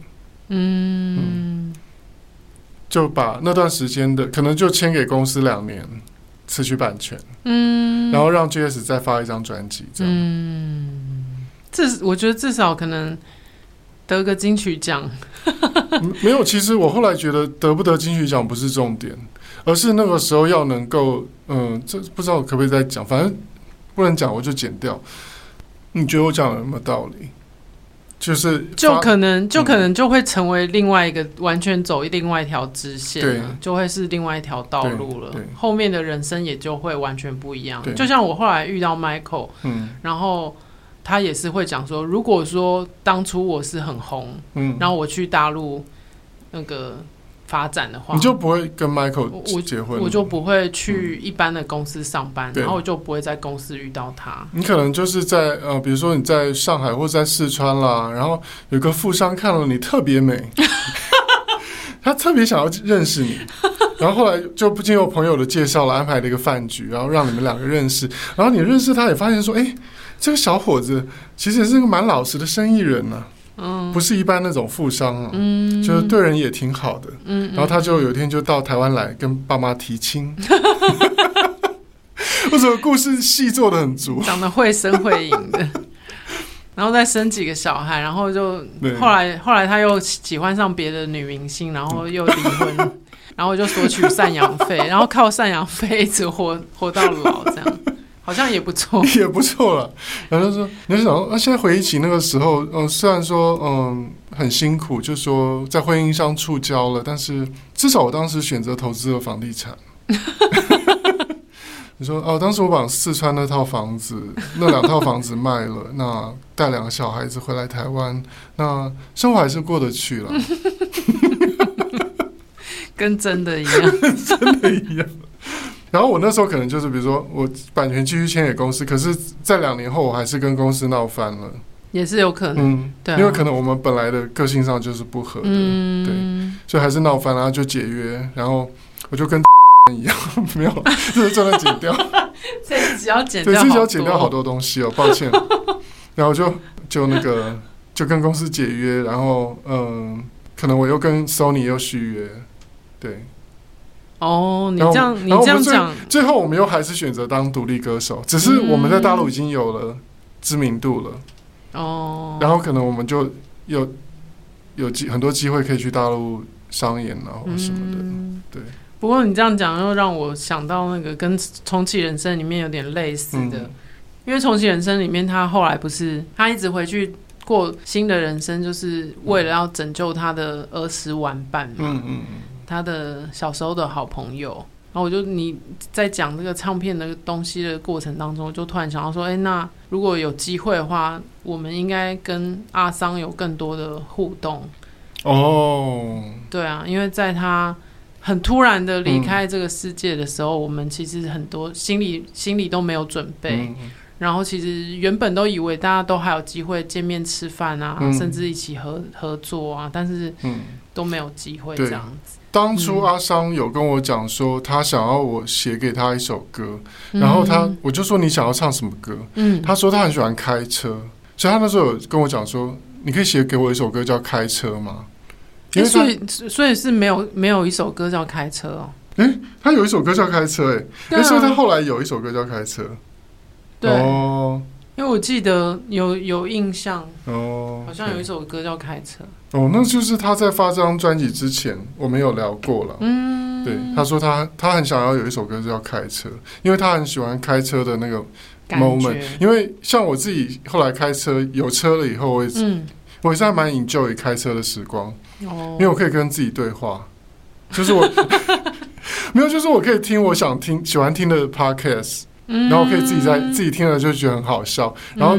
Speaker 2: 嗯，
Speaker 1: 就把那段时间的可能就签给公司两年，辞去版权，
Speaker 2: 嗯，
Speaker 1: 然后让 GS 再发一张专辑这样。
Speaker 2: 嗯，至我觉得至少可能得个金曲奖，
Speaker 1: 嗯没有，其实我后来觉得得不得金曲奖不是重点，而是那个时候要能够，嗯、这不知道可不可以再讲，反正不能讲我就剪掉。你觉得我讲的有没有道理？就是
Speaker 2: 就
Speaker 1: 发
Speaker 2: 可能就可能就会成为另外一个完全走另外一条支线
Speaker 1: 对
Speaker 2: 了，就会是另外一条道路了
Speaker 1: 对对，
Speaker 2: 后面的人生也就会完全不一样。
Speaker 1: 对
Speaker 2: 就像我后来遇到 Michael，
Speaker 1: 嗯
Speaker 2: 然后。他也是会讲说，如果说当初我是很红，
Speaker 1: 嗯，
Speaker 2: 然后我去大陆那个发展的话，
Speaker 1: 你就不会跟
Speaker 2: 我我
Speaker 1: Michael 结婚了
Speaker 2: 我就不会去一般的公司上
Speaker 1: 嗯
Speaker 2: 班，
Speaker 1: 对
Speaker 2: 然后我就不会在公司遇到他。
Speaker 1: 你可能就是在呃，比如说你在上海或在四川啦，然后有个富商看了你特别 美，他特别想要认识你，然后后来就不经由朋友的介绍了，安排了一个饭局，然后让你们两个认识，然后你认识他也发现说，哎，这个小伙子其实也是个蛮老实的生意人呢、
Speaker 2: 嗯，
Speaker 1: 不是一般那种富商啊，
Speaker 2: 嗯，
Speaker 1: 就是对人也挺好的。
Speaker 2: 嗯，嗯，
Speaker 1: 然后他就有一天就到台湾来跟爸妈提亲， 为什么故事戏做的很足？啊
Speaker 2: 长得会声会影的， 然后再生几个小孩，然后就
Speaker 1: 对
Speaker 2: 后来后来他又喜欢上别的女明星，然后又离婚， 然后就索取赡养费，然后靠赡养费一直活活到老，这样好像也不错。
Speaker 1: 也不错了。然后就说，你就想说，啊，现在回忆起那个时候，嗯、虽然说，嗯、很辛苦，就说在婚姻上触礁了，但是至少我当时选择投资了房地产。 你说哦，当时我把四川那套房子、那两套房子卖了，那带两个小孩子回来台湾，那生活还是过得去了，
Speaker 2: 跟真的一 样。
Speaker 1: 真的一样。然后我那时候可能就是，比如说我版权继续签给公司，可是，在两年后我还是跟公司闹翻了。
Speaker 2: 也是有可能，
Speaker 1: 嗯，
Speaker 2: 对啊
Speaker 1: 因为可能我们本来的个性上就是不合的，
Speaker 2: 嗯，
Speaker 1: 所以还是闹翻了，然后就解约，然后 我就跟一样， 没有，这是真的剪 掉。
Speaker 2: 这一集要剪
Speaker 1: 对，
Speaker 2: 掉，
Speaker 1: 自己要剪掉好，多东西哦，抱歉。 然后就就那个就跟公司解约，然后嗯、可能我又跟 Sony 又续约，对。
Speaker 2: 哦，你
Speaker 1: 然后
Speaker 2: 这样你
Speaker 1: 然后
Speaker 2: 这
Speaker 1: 我
Speaker 2: 样
Speaker 1: 们最
Speaker 2: 讲，
Speaker 1: 最后我们又还是选择当独立歌手，只是我们在大陆已经有了
Speaker 2: 嗯
Speaker 1: 知名度了，
Speaker 2: 哦，
Speaker 1: 然后可能我们就有有机很多机会可以去大陆商演啊或什么的。
Speaker 2: 嗯
Speaker 1: 对。
Speaker 2: 不过你这样讲又让我想到那个跟《重启人生》里面有点类似的，
Speaker 1: 嗯
Speaker 2: 因为《重启人生》里面他后来不是他一直回去过新的人生，就是为了要拯救他的儿时玩伴嘛，
Speaker 1: 嗯嗯
Speaker 2: 他的小时候的好朋友。然后我就你在讲这个唱片的东西的过程当中，我就突然想到说，哎，那如果有机会的话，我们应该跟阿桑有更多的互动。
Speaker 1: 嗯，哦，
Speaker 2: 对啊，因为在他很突然的离开
Speaker 1: 嗯
Speaker 2: 这个世界的时候，我们其实很多心里心里都没有准备，
Speaker 1: 嗯，
Speaker 2: 然后其实原本都以为大家都还有机会见面吃饭啊，
Speaker 1: 嗯
Speaker 2: 甚至一起合合作啊，但是
Speaker 1: 嗯。
Speaker 2: 都没有机会
Speaker 1: 对
Speaker 2: 这样子。
Speaker 1: 当初阿商有跟我讲说，他想要我写给他一首歌，然后他我就说你想要唱什么歌，
Speaker 2: 嗯，
Speaker 1: 他说他很喜欢开车，所以他那时候有跟我讲说，你可以写给我一首歌叫《开车》吗？因
Speaker 2: 诶
Speaker 1: 为他
Speaker 2: 所以所以是没有没有一首歌叫《开车》哦。
Speaker 1: 他有一首歌叫《开车》哎，
Speaker 2: 对
Speaker 1: 那所以他
Speaker 2: 啊，
Speaker 1: 后来有一首歌叫《开车》。
Speaker 2: 对，
Speaker 1: 哦
Speaker 2: 因为我记得有有印象，
Speaker 1: 哦，
Speaker 2: 好像有一首歌叫《开车》。
Speaker 1: 哦，那就是他在发这张专辑之前，我们有聊过了。
Speaker 2: 嗯，
Speaker 1: 对，他说他他很想要有一首歌叫《开车》，因为他很喜欢开车的那个
Speaker 2: 感
Speaker 1: moment，
Speaker 2: 觉，
Speaker 1: 因为像我自己后来开车有车了以后，我也、是
Speaker 2: 嗯，
Speaker 1: 我也是还蛮 enjoy 开车的时光，
Speaker 2: 哦，
Speaker 1: 因为我可以跟自己对话，就是 我没有，就是我可以听我想听、喜欢听的 podcast，
Speaker 2: 然
Speaker 1: 然后我可以自己在、
Speaker 2: 嗯
Speaker 1: 自己听了就觉得很好笑，然后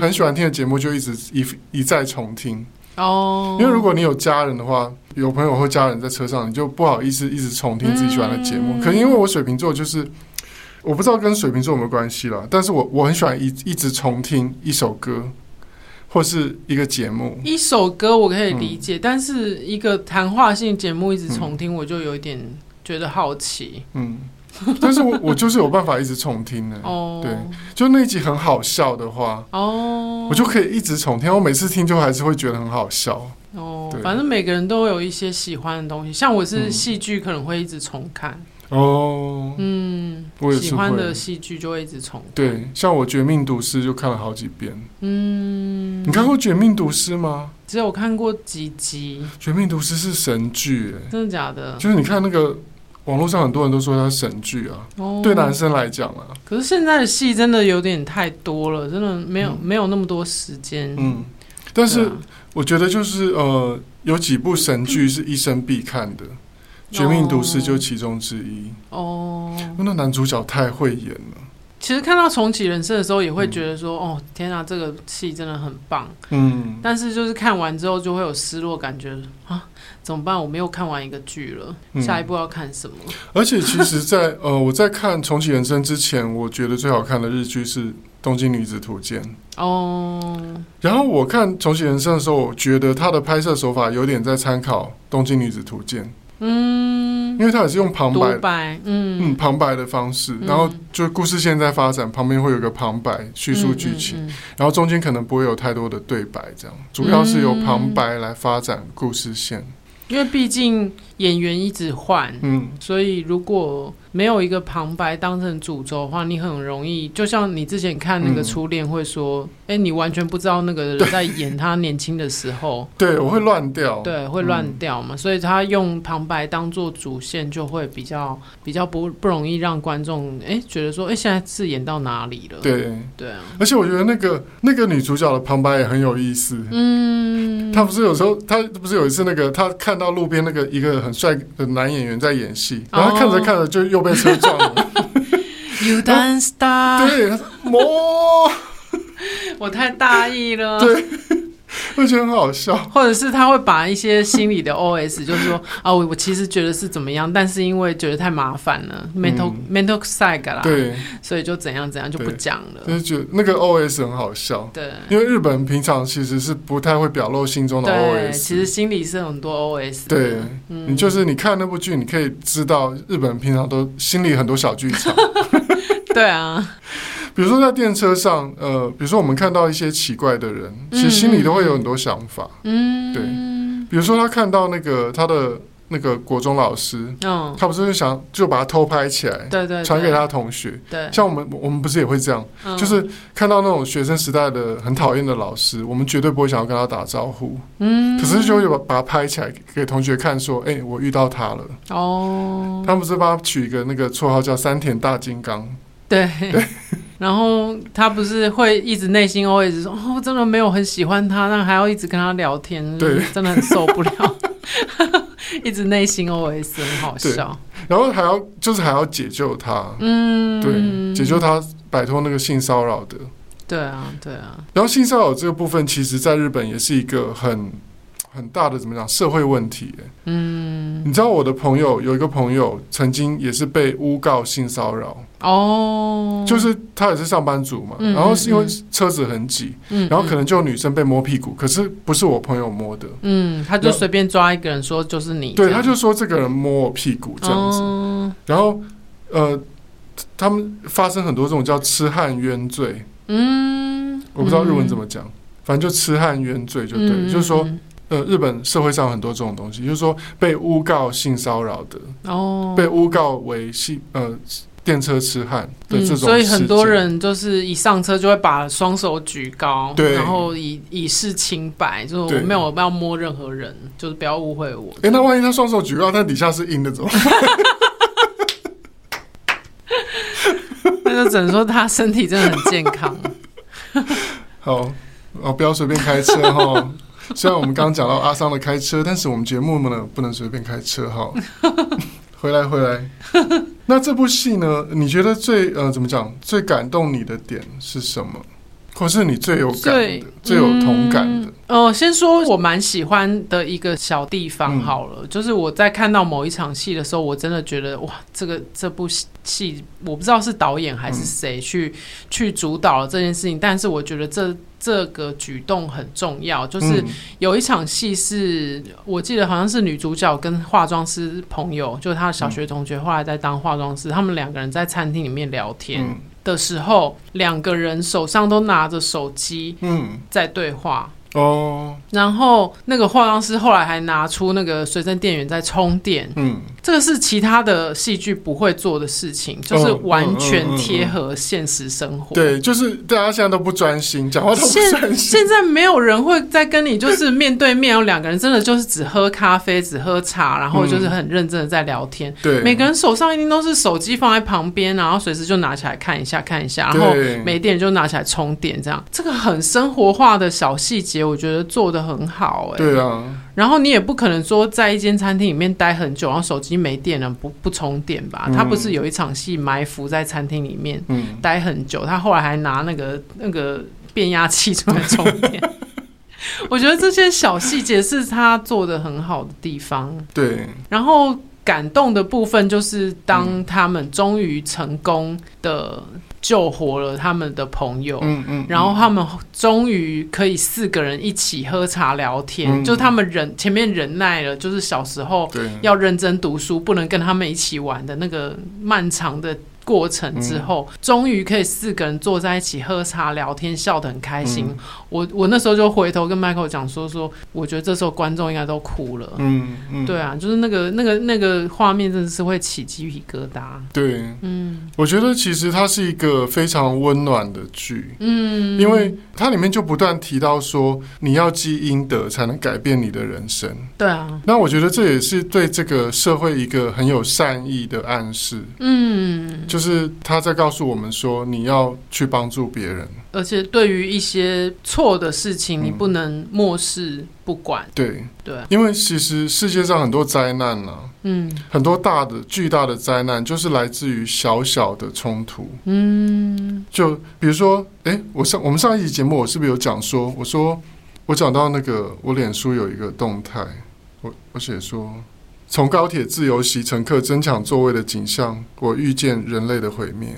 Speaker 1: 很喜欢听的节目就一直一一再重听，
Speaker 2: 哦，
Speaker 1: 因为如果你有家人的话，有朋友或家人在车上，你就不好意思一直重听自己喜欢的节目。
Speaker 2: 嗯
Speaker 1: 可能因为我水瓶座就是，我不知道跟水瓶座有没有关系啦，但是我我很喜欢一一直重听一首歌或是一个节目。
Speaker 2: 一首歌我可以理
Speaker 1: 嗯
Speaker 2: 解，但是一个谈话性节目一直重听，我就有一点觉得好奇
Speaker 1: 嗯，但是我我就是有办法一直重听的、
Speaker 2: 哦。
Speaker 1: 对就那一集很好笑的话，
Speaker 2: 哦，
Speaker 1: 我就可以一直重听。我每次听就还是会觉得很好笑。
Speaker 2: 哦
Speaker 1: 对，
Speaker 2: 反正每个人都有一些喜欢的东西，像我是
Speaker 1: 嗯
Speaker 2: 戏剧可能会一直重看，
Speaker 1: 哦，
Speaker 2: 嗯，
Speaker 1: 我也
Speaker 2: 喜
Speaker 1: 是
Speaker 2: 欢
Speaker 1: 会
Speaker 2: 的。戏剧就会一直重看，
Speaker 1: 对，像我《绝命毒师》就看了好几遍。
Speaker 2: 嗯，
Speaker 1: 你看过《绝命毒师》吗？
Speaker 2: 只有看过几集，
Speaker 1: 《绝命毒师》是神剧、欸，
Speaker 2: 真的假的？
Speaker 1: 就是你看那个网络上很多人都说它是神剧啊，
Speaker 2: 哦，
Speaker 1: 对男生来讲啊，
Speaker 2: 可是现在的戏真的有点太多了，真的没有、
Speaker 1: 嗯
Speaker 2: 没有那么多时间，
Speaker 1: 嗯，但
Speaker 2: 对啊，
Speaker 1: 是我觉得就是呃，有几部神剧是一生必看的，绝命毒师》就其中之一。
Speaker 2: 哦。
Speaker 1: 那男主角太会演了，
Speaker 2: 其实看到重启人生的时候，也会觉得说，哦，天啊，这个戏真的很棒。
Speaker 1: 嗯，
Speaker 2: 但是就是看完之后就会有失落感觉，啊，怎么办？我没有看完一个剧了，
Speaker 1: 嗯
Speaker 2: 下一步要看什么？
Speaker 1: 而且其实在， 呃我在看《重启人生》之前，我觉得最好看的日剧是《东京女子图鉴》。
Speaker 2: 哦，
Speaker 1: 然后我看《重启人生》的时候，我觉得它的拍摄手法有点在参考《东京女子图鉴》，
Speaker 2: 嗯，
Speaker 1: 因为它也是用旁白
Speaker 2: 独白，
Speaker 1: 嗯，
Speaker 2: 嗯，
Speaker 1: 旁白的方式，
Speaker 2: 嗯
Speaker 1: 然后就故事线在发展，旁边会有个旁白叙述剧情，
Speaker 2: 嗯，嗯嗯
Speaker 1: 然后中间可能不会有太多的对白，这样主要是由
Speaker 2: 嗯
Speaker 1: 旁白来发展故事线。
Speaker 2: 因为毕竟演员一直换。
Speaker 1: 嗯，
Speaker 2: 所以，如果没有一个旁白当成主轴的话，你很容易，就像你之前看那个
Speaker 1: 嗯
Speaker 2: 初恋，会说，哎、你完全不知道那个人在演他年轻的时候，
Speaker 1: 对，我会乱掉。嗯
Speaker 2: 对，会乱掉嘛，所以他用旁白当做主线，就会比较比较不不容易让观众哎觉得说哎现在字演到哪里了？
Speaker 1: 对，
Speaker 2: 对啊，
Speaker 1: 而且我觉得那个那个女主角的旁白也很有意思。
Speaker 2: 嗯，
Speaker 1: 她不是有时候，她不是有一次那个，她看到路边那
Speaker 2: 哦
Speaker 1: 个一个很帅的男演员在演戏，然后她看着看着就又被车撞了，
Speaker 2: You dance star，
Speaker 1: 对，魔，
Speaker 2: 我太大意了。
Speaker 1: 对 我觉得很好 笑。
Speaker 2: 或者是他会把一些心 里的 OS，就是说啊，我我其实觉得是怎么样，但是因为觉得太麻烦了，mental、mental sag 啦，，
Speaker 1: 嗯对，
Speaker 2: 所以就怎样怎样就不讲了。
Speaker 1: 就是觉得那个 OS 很好笑，
Speaker 2: 对
Speaker 1: 因为日本人平常其实是不太会表露心中的
Speaker 2: 对，
Speaker 1: OS。
Speaker 2: 其实心里是很多 OS 的。
Speaker 1: 对，
Speaker 2: 嗯
Speaker 1: 你就是你看那部剧，你可以知道日本人平常都心里很多小剧 场。
Speaker 2: 对啊，
Speaker 1: 比如说在电车上，呃，比如说我们看到一些奇怪的人，其实心里都会有很多想法。
Speaker 2: 嗯，
Speaker 1: 比如说他看到那个他的那个国中老师，
Speaker 2: 对，嗯，
Speaker 1: 他不是想就把他偷拍起来，
Speaker 2: 对对，
Speaker 1: 传给
Speaker 2: 对，
Speaker 1: 他同学。
Speaker 2: 对，
Speaker 1: 像我们我们不是也会这样，
Speaker 2: 嗯
Speaker 1: 就是看到那种学生时代的很讨厌的老师，我们绝对不会想要跟他打招呼，
Speaker 2: 嗯，
Speaker 1: 可是就会把把他拍起来给同学看，说：“哎、我遇到他了。”
Speaker 2: 哦，
Speaker 1: 他们不是帮他取一个那个绰号叫“三田大金刚
Speaker 2: 对。然后他不是会一直内心 always 说，哦，我真的没有很喜欢他，但还要一直跟他聊天，
Speaker 1: 对，
Speaker 2: 真的很受不了。 一直内心 always 很好笑，”，
Speaker 1: 然后还要就是还要解救他，
Speaker 2: 嗯，
Speaker 1: 对，解救他摆脱那个性骚扰的。
Speaker 2: 对啊，对啊，
Speaker 1: 然后性骚扰这个部分，其实在日本也是一个很很大的怎么讲社会问题、欸
Speaker 2: 嗯，
Speaker 1: 你知道我的朋友有一个朋友曾经也是被诬告性骚扰，
Speaker 2: 哦，
Speaker 1: 就是他也是上班族嘛，
Speaker 2: 嗯
Speaker 1: 然后是因为
Speaker 2: 嗯
Speaker 1: 车子很挤，
Speaker 2: 嗯，嗯，
Speaker 1: 然后可能就有女生被摸屁股，可是不是我朋友摸的，
Speaker 2: 嗯，他就随便抓一个人说就是你这
Speaker 1: 对，
Speaker 2: 样，
Speaker 1: 他就说这个人摸我屁股这样子，
Speaker 2: 哦
Speaker 1: 然后呃，他们发生很多这种叫痴汉冤罪，
Speaker 2: 嗯，
Speaker 1: 我不知道日文怎么讲，反正就痴汉冤罪就对了，
Speaker 2: 嗯
Speaker 1: 就是说
Speaker 2: 嗯
Speaker 1: 呃，日本社会上很多这种东西，就是说被诬告性骚扰的，
Speaker 2: 哦，
Speaker 1: 被诬告为性呃电车痴汉的这种、
Speaker 2: 嗯所以很多。人就是一上车就会把双手举高，
Speaker 1: 对
Speaker 2: 然后以以示清白，就是
Speaker 1: 对
Speaker 2: 我没有要摸任何人，就是不要误会我。
Speaker 1: 哎、那万一他双手举高，但底下是硬的怎么办？
Speaker 2: 那就只能说他身体真的很健康。
Speaker 1: 好，哦，不要随便开车哈。 虽然我们刚刚讲到阿桑的开车，但是我们节目呢不能随便开车哈。回来回来，那这部戏呢？你觉得最呃怎么讲最感动你的点是什么？或是你 最有感的
Speaker 2: 最、
Speaker 1: 最有同感的？
Speaker 2: 哦、先说我蛮喜欢的一个小地
Speaker 1: 嗯
Speaker 2: 方好了，就是我在看到某一场戏的时候，我真的觉得哇，这个这部戏我不知道是导演还是
Speaker 1: 嗯
Speaker 2: 谁去、去主导了这件事情，但是我觉得这这个举动很重要，就是
Speaker 1: 嗯
Speaker 2: 有一场戏是我记得好像是女主角跟化妆师朋友，就是她的小学同学，后来在当化妆师，他们两个人在餐厅里面聊天
Speaker 1: 嗯
Speaker 2: 的时候，两个人手上都拿着手机
Speaker 1: 嗯
Speaker 2: 在对话。
Speaker 1: 哦
Speaker 2: 然后那个化妆师后来还拿出那个随身电源在充电，
Speaker 1: 嗯
Speaker 2: 这个是其他的戏剧不会做的事情，就是
Speaker 1: 嗯
Speaker 2: 完全
Speaker 1: 嗯嗯嗯
Speaker 2: 贴合现实生活。
Speaker 1: 对，就是大家现在都不专心，讲话哦都不专
Speaker 2: 现
Speaker 1: 心。
Speaker 2: 现在没有人会再跟你就是面对面，有两个人真的就是只喝咖啡、只喝茶，然后就是很认真的在聊天。
Speaker 1: 对，
Speaker 2: 每个人手上一定都是手机放在旁边，然后随时就拿起来看一下看一下，然
Speaker 1: 对
Speaker 2: 后没电就拿起来充电，这样这个很生活化的小细节，我觉得做的很好哎、
Speaker 1: 对啊，
Speaker 2: 然后你也不可能说在一间餐厅里面待很久，然后手机没电了不不充电吧？
Speaker 1: 嗯
Speaker 2: 他不是有一场戏埋伏在餐厅里面，
Speaker 1: 嗯，
Speaker 2: 待很久，他后来还拿那个那个变压器出来充 电。我觉得这些小细节是他做的很好的地方。
Speaker 1: 对，
Speaker 2: 然后感动的部分就是，当他们终于成功的救活了他们的朋友，
Speaker 1: 嗯嗯，
Speaker 2: 然后他们终于可以四个人一起喝茶聊天，
Speaker 1: 嗯
Speaker 2: 就他们忍前面忍耐了，就是小时候
Speaker 1: 对
Speaker 2: 要认真读书，不能跟他们一起玩的那个漫长的过程
Speaker 1: 嗯
Speaker 2: 之后，终于可以四个人坐在一起喝茶聊天，笑得很开心。
Speaker 1: 嗯
Speaker 2: 我我那时候就回头跟 Michael 讲说说，我觉得这时候观众应该都哭了。
Speaker 1: 嗯嗯，
Speaker 2: 对啊，就是那个那个那个画面，真的是会起鸡皮疙瘩。
Speaker 1: 对，
Speaker 2: 嗯
Speaker 1: 我觉得其实它是一个非常温暖的剧。
Speaker 2: 嗯，
Speaker 1: 因为它里面就不断提到说，你要积阴德才能改变你的人生。
Speaker 2: 对啊，
Speaker 1: 那我觉得这也是对这个社会一个很有善意的暗示，
Speaker 2: 嗯，
Speaker 1: 就是他在告诉我们说，你要去帮助别人。
Speaker 2: 而且对于一些错的事情，你
Speaker 1: 嗯
Speaker 2: 不能漠视不管。
Speaker 1: 对，
Speaker 2: 对，啊
Speaker 1: 因为其实世界上很多灾难呢、
Speaker 2: 嗯
Speaker 1: 很多大的、巨大的灾难，就是来自于小小的冲突。
Speaker 2: 嗯
Speaker 1: 就比如说，诶，我上我们上一集节目，我是不是有讲说，我说我讲到那个我脸书有一个动态，我我写说，从高铁自由席乘客争抢座位的景象，我遇见人类的毁灭，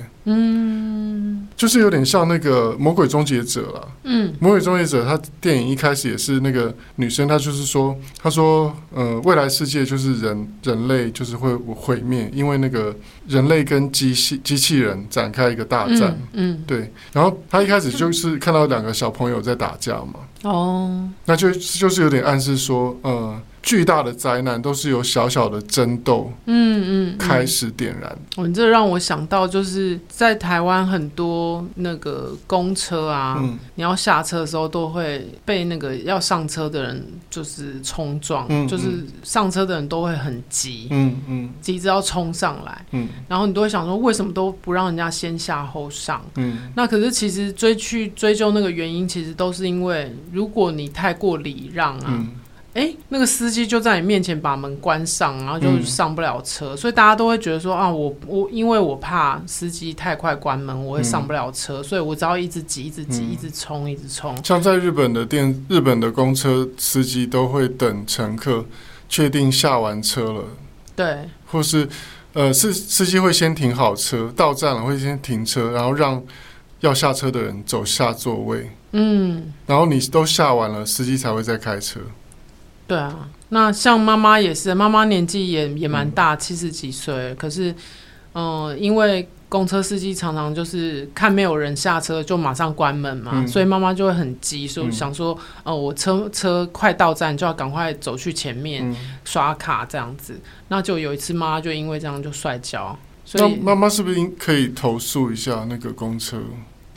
Speaker 2: 嗯
Speaker 1: 就是有点像那个《魔鬼终结者》啦。
Speaker 2: 嗯
Speaker 1: 《魔鬼终结者》他电影一开始也是那个女生，她就是说，她说，呃，未来世界就是人人类就是会毁灭，因为那个人类跟机器机器人展开一个大战。
Speaker 2: 嗯
Speaker 1: 对，然后他一开始就是看到两个小朋友在打架嘛，
Speaker 2: 嗯哦，
Speaker 1: 那就就是有点暗示说，呃，巨大的灾难都是由小小的争斗
Speaker 2: 嗯嗯，嗯
Speaker 1: 开始点燃。
Speaker 2: 哦，你这让我想到，就是在台湾很多那个公车啊，
Speaker 1: 嗯
Speaker 2: 你要下车的时候都会被那个要上车的人就是冲撞，
Speaker 1: 嗯
Speaker 2: 就是上车的人都会很急，
Speaker 1: 嗯嗯
Speaker 2: 急着要冲上来，
Speaker 1: 嗯
Speaker 2: 然后你都会想说，为什么都不让人家先下后上？
Speaker 1: 嗯
Speaker 2: 那可是其实追去追究那个原因，其实都是因为如果你太过礼让啊，
Speaker 1: 嗯，
Speaker 2: 诶，那个司机就在你面前把门关上，然后就
Speaker 1: 嗯
Speaker 2: 上不了车，所以大家都会觉得说啊，我我因为我怕司机太快关门，我会上不了车，所以我只要一直挤，一直挤，
Speaker 1: 嗯
Speaker 2: 一直冲，一直冲。
Speaker 1: 像在日本的电，日本的公车司机都会等乘客确定下完车了，
Speaker 2: 对，
Speaker 1: 或是呃，司司机会先停好车，到站了会先停车，然后让要下车的人走下座位，
Speaker 2: 嗯，
Speaker 1: 然后你都下完了，司机才会再开车。
Speaker 2: 对啊。那像妈妈也是，妈妈年纪也也蛮
Speaker 1: 嗯
Speaker 2: 大，七十、几岁了，可是，嗯、因为公车司机常常就是看没有人下车就马上关门嘛，
Speaker 1: 嗯
Speaker 2: 所以妈妈就会很急，所以
Speaker 1: 嗯
Speaker 2: 想说，呃，我车车快到站就要赶快走去前面。
Speaker 1: 嗯。
Speaker 2: 刷卡这样子，那就有一次妈妈就因为这样就摔跤，所
Speaker 1: 那
Speaker 2: 以
Speaker 1: 妈妈是不是应可以投诉一下那个公车？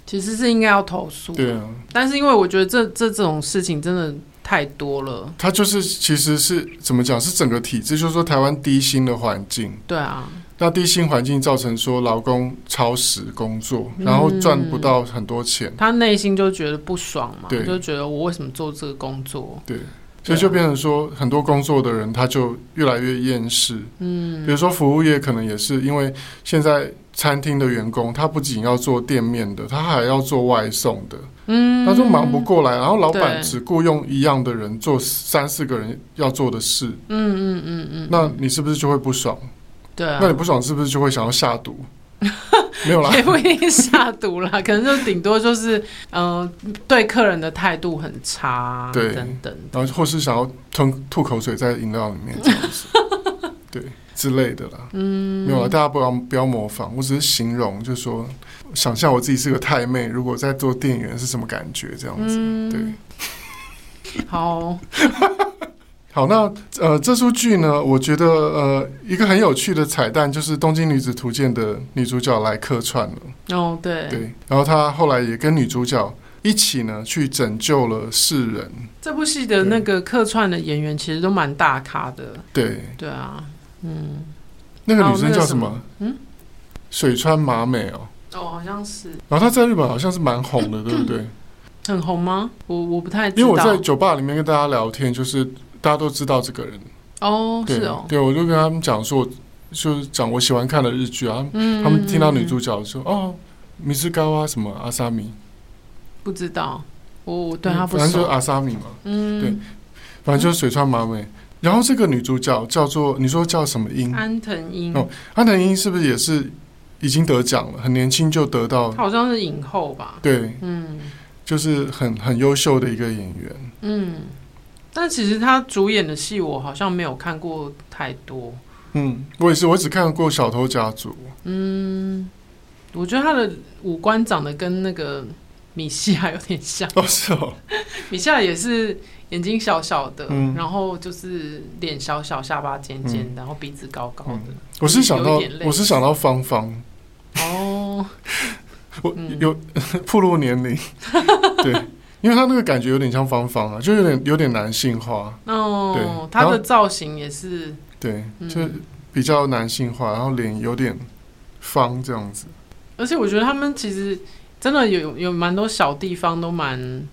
Speaker 2: 其实是应该要投诉，
Speaker 1: 对啊，
Speaker 2: 但是因为我觉得这这这种事情真的太多了，
Speaker 1: 它就是其实是怎么讲？是整个体制，就是说台湾低薪的环境。
Speaker 2: 对啊，
Speaker 1: 那低薪环境造成说劳工超时工作，
Speaker 2: 嗯
Speaker 1: 然后赚不到很多钱，
Speaker 2: 她内心就觉得不爽嘛，
Speaker 1: 对
Speaker 2: 就觉得我为什么做这个工作，
Speaker 1: 对，所以就变成说很多工作的人他就越来越厌世。
Speaker 2: 嗯
Speaker 1: 比如说服务业可能也是因为现在餐厅的员工，他不仅要做店面的，他还要做外送的，
Speaker 2: 嗯，
Speaker 1: 他就忙不，过来，然后老板
Speaker 2: 对
Speaker 1: 只雇佣一样的人做三四个人要做的事，
Speaker 2: 嗯嗯嗯嗯，
Speaker 1: 那你是不是就会不爽？
Speaker 2: 对啊
Speaker 1: 那。你不爽是不是就会想要下 毒？没有啦，
Speaker 2: 也不一定下毒啦， 可能就顶多就是，嗯、对客人的态度很差，啊
Speaker 1: 对
Speaker 2: 等等，
Speaker 1: 然后或是想要吞吐口水在饮料里面这样 子，对之类的啦。嗯，没有啦，大家不要不要模仿，我只是形容，就是说想象我自己是个太妹，如果在做店员是什么感觉这样子。
Speaker 2: 嗯，
Speaker 1: 对，
Speaker 2: 好，
Speaker 1: 好，那呃，这出剧呢，我觉得呃，一个很有趣的彩蛋就是《东京女子图鉴》的女主角来客串了，
Speaker 2: 哦，对，
Speaker 1: 对，然后她后来也跟女主角一起呢去拯救了世人，
Speaker 2: 这部戏的那个客串的演员其实都蛮大咖的，
Speaker 1: 对，
Speaker 2: 对啊，嗯，
Speaker 1: 那个
Speaker 2: 哦
Speaker 1: 女生
Speaker 2: 那个
Speaker 1: 叫
Speaker 2: 什
Speaker 1: 什
Speaker 2: 么
Speaker 1: 么？
Speaker 2: 嗯，
Speaker 1: 水川麻美哦。
Speaker 2: 哦，好像是
Speaker 1: 然后她在日本好像是蛮红 的，对不对？
Speaker 2: 很红吗？我我不太知道，
Speaker 1: 因为我在酒吧里面跟大家聊天，就是大家都知道这个人，
Speaker 2: 哦，
Speaker 1: 对
Speaker 2: 是哦，
Speaker 1: 对，我就跟他们讲说，我就是讲我喜欢看的日剧啊，
Speaker 2: 嗯，
Speaker 1: 他们听到女主
Speaker 2: 嗯
Speaker 1: 角说哦，米斯高啊，什么阿萨米，
Speaker 2: 嗯不知道，我我对他不
Speaker 1: 反正就是啊
Speaker 2: 熟，
Speaker 1: 阿萨米嘛，
Speaker 2: 嗯，
Speaker 1: 反正就是水川麻美。然后这个女主角叫做你说叫什么英？
Speaker 2: 安藤樱，
Speaker 1: 哦安藤英是不是也是已经得奖了？很年轻就得到
Speaker 2: 她，好像是影后吧，
Speaker 1: 对，
Speaker 2: 嗯
Speaker 1: 就是很很优秀的一个演员。
Speaker 2: 嗯，但其实她主演的戏我好像没有看过太多，
Speaker 1: 嗯，我也是，我只看过《小偷家族》。
Speaker 2: 嗯，我觉得她的五官长得跟那个米西亚有点像。
Speaker 1: 哦，是哦，
Speaker 2: 米夏也是眼睛小小的，
Speaker 1: 嗯
Speaker 2: 然后就是脸小小，下巴尖尖，然后鼻子高高的。
Speaker 1: 嗯我是想
Speaker 2: 有一
Speaker 1: 到
Speaker 2: 点类，似
Speaker 1: 我是想到芳芳，
Speaker 2: 哦，
Speaker 1: 我
Speaker 2: 嗯
Speaker 1: 有暴露年 龄，对，因为他那个感觉有点像芳芳啊，就有点有点男性化，对
Speaker 2: 哦，
Speaker 1: 然
Speaker 2: 他
Speaker 1: 后
Speaker 2: 的造型也是，
Speaker 1: 对，
Speaker 2: 嗯
Speaker 1: 就比较男性化，然后脸有点方这样子。
Speaker 2: 而且我觉得他们其实真的有有蛮多小地方都蛮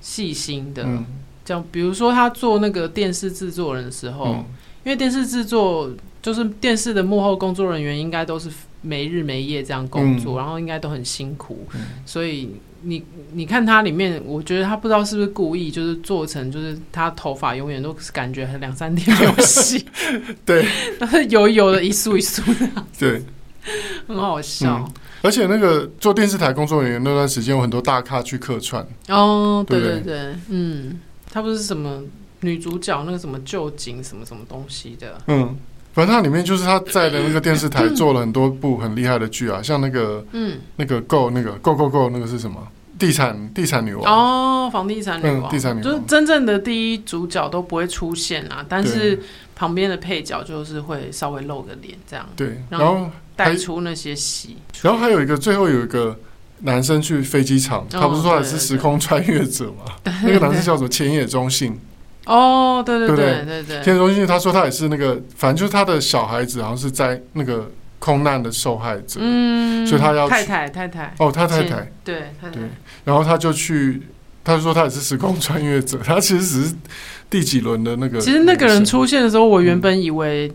Speaker 2: 细心的，
Speaker 1: 嗯
Speaker 2: 像比如说他做那个电视制作人的时候，
Speaker 1: 嗯
Speaker 2: 因为电视制作就是电视的幕后工作人员，应该都是没日没夜这样工作，
Speaker 1: 嗯
Speaker 2: 然后应该都很辛苦，
Speaker 1: 嗯
Speaker 2: 所以你你看它里面，我觉得他不知道是不是故意，就是做成就是他头发永远都是感觉很两三天没有洗，
Speaker 1: 对，
Speaker 2: 但是油油的一束一束的，
Speaker 1: 对，
Speaker 2: 很好笑。
Speaker 1: 而且那个做电视台工作人员那段时间，有很多大咖去客串，
Speaker 2: 哦，对
Speaker 1: 对不嗯
Speaker 2: 对
Speaker 1: 对
Speaker 2: 对，嗯，他不是什么女主角那个什么旧景什么什么东西的，
Speaker 1: 嗯，反正它里面就是他在的那个电视台做了很多部很厉害的剧啊，像那个
Speaker 2: 嗯，
Speaker 1: 那个 Go 那个 Go Go Go 那个是什么？地产地产女王
Speaker 2: 哦，房地产女
Speaker 1: 嗯
Speaker 2: 王，
Speaker 1: 地产女
Speaker 2: 就是
Speaker 1: 王
Speaker 2: 真正的第一主角都不会出现啊，但是旁边的配角就是会稍微露个脸这样，
Speaker 1: 对，然
Speaker 2: 然后
Speaker 1: 后
Speaker 2: 带出那些戏，
Speaker 1: 然后还有一个最后有一个男生去飞机
Speaker 2: 哦
Speaker 1: 场，他不是说
Speaker 2: 对
Speaker 1: 他是时空穿越者嘛？那个男生叫什么？前野忠信，
Speaker 2: 哦，对对
Speaker 1: 对
Speaker 2: 对
Speaker 1: 不
Speaker 2: 对对
Speaker 1: 前野忠信他说他也是那个，反正就是他的小孩子好像是在那个空难的受害者。
Speaker 2: 嗯，
Speaker 1: 所以他要去
Speaker 2: 太太太太，
Speaker 1: 哦，他太
Speaker 2: 前
Speaker 1: 太，
Speaker 2: 对太太
Speaker 1: 对，然后他就去，他说他也是时空穿越者，他其实只是第几轮的那个。
Speaker 2: 其实那个人，出现的时候，我原本以为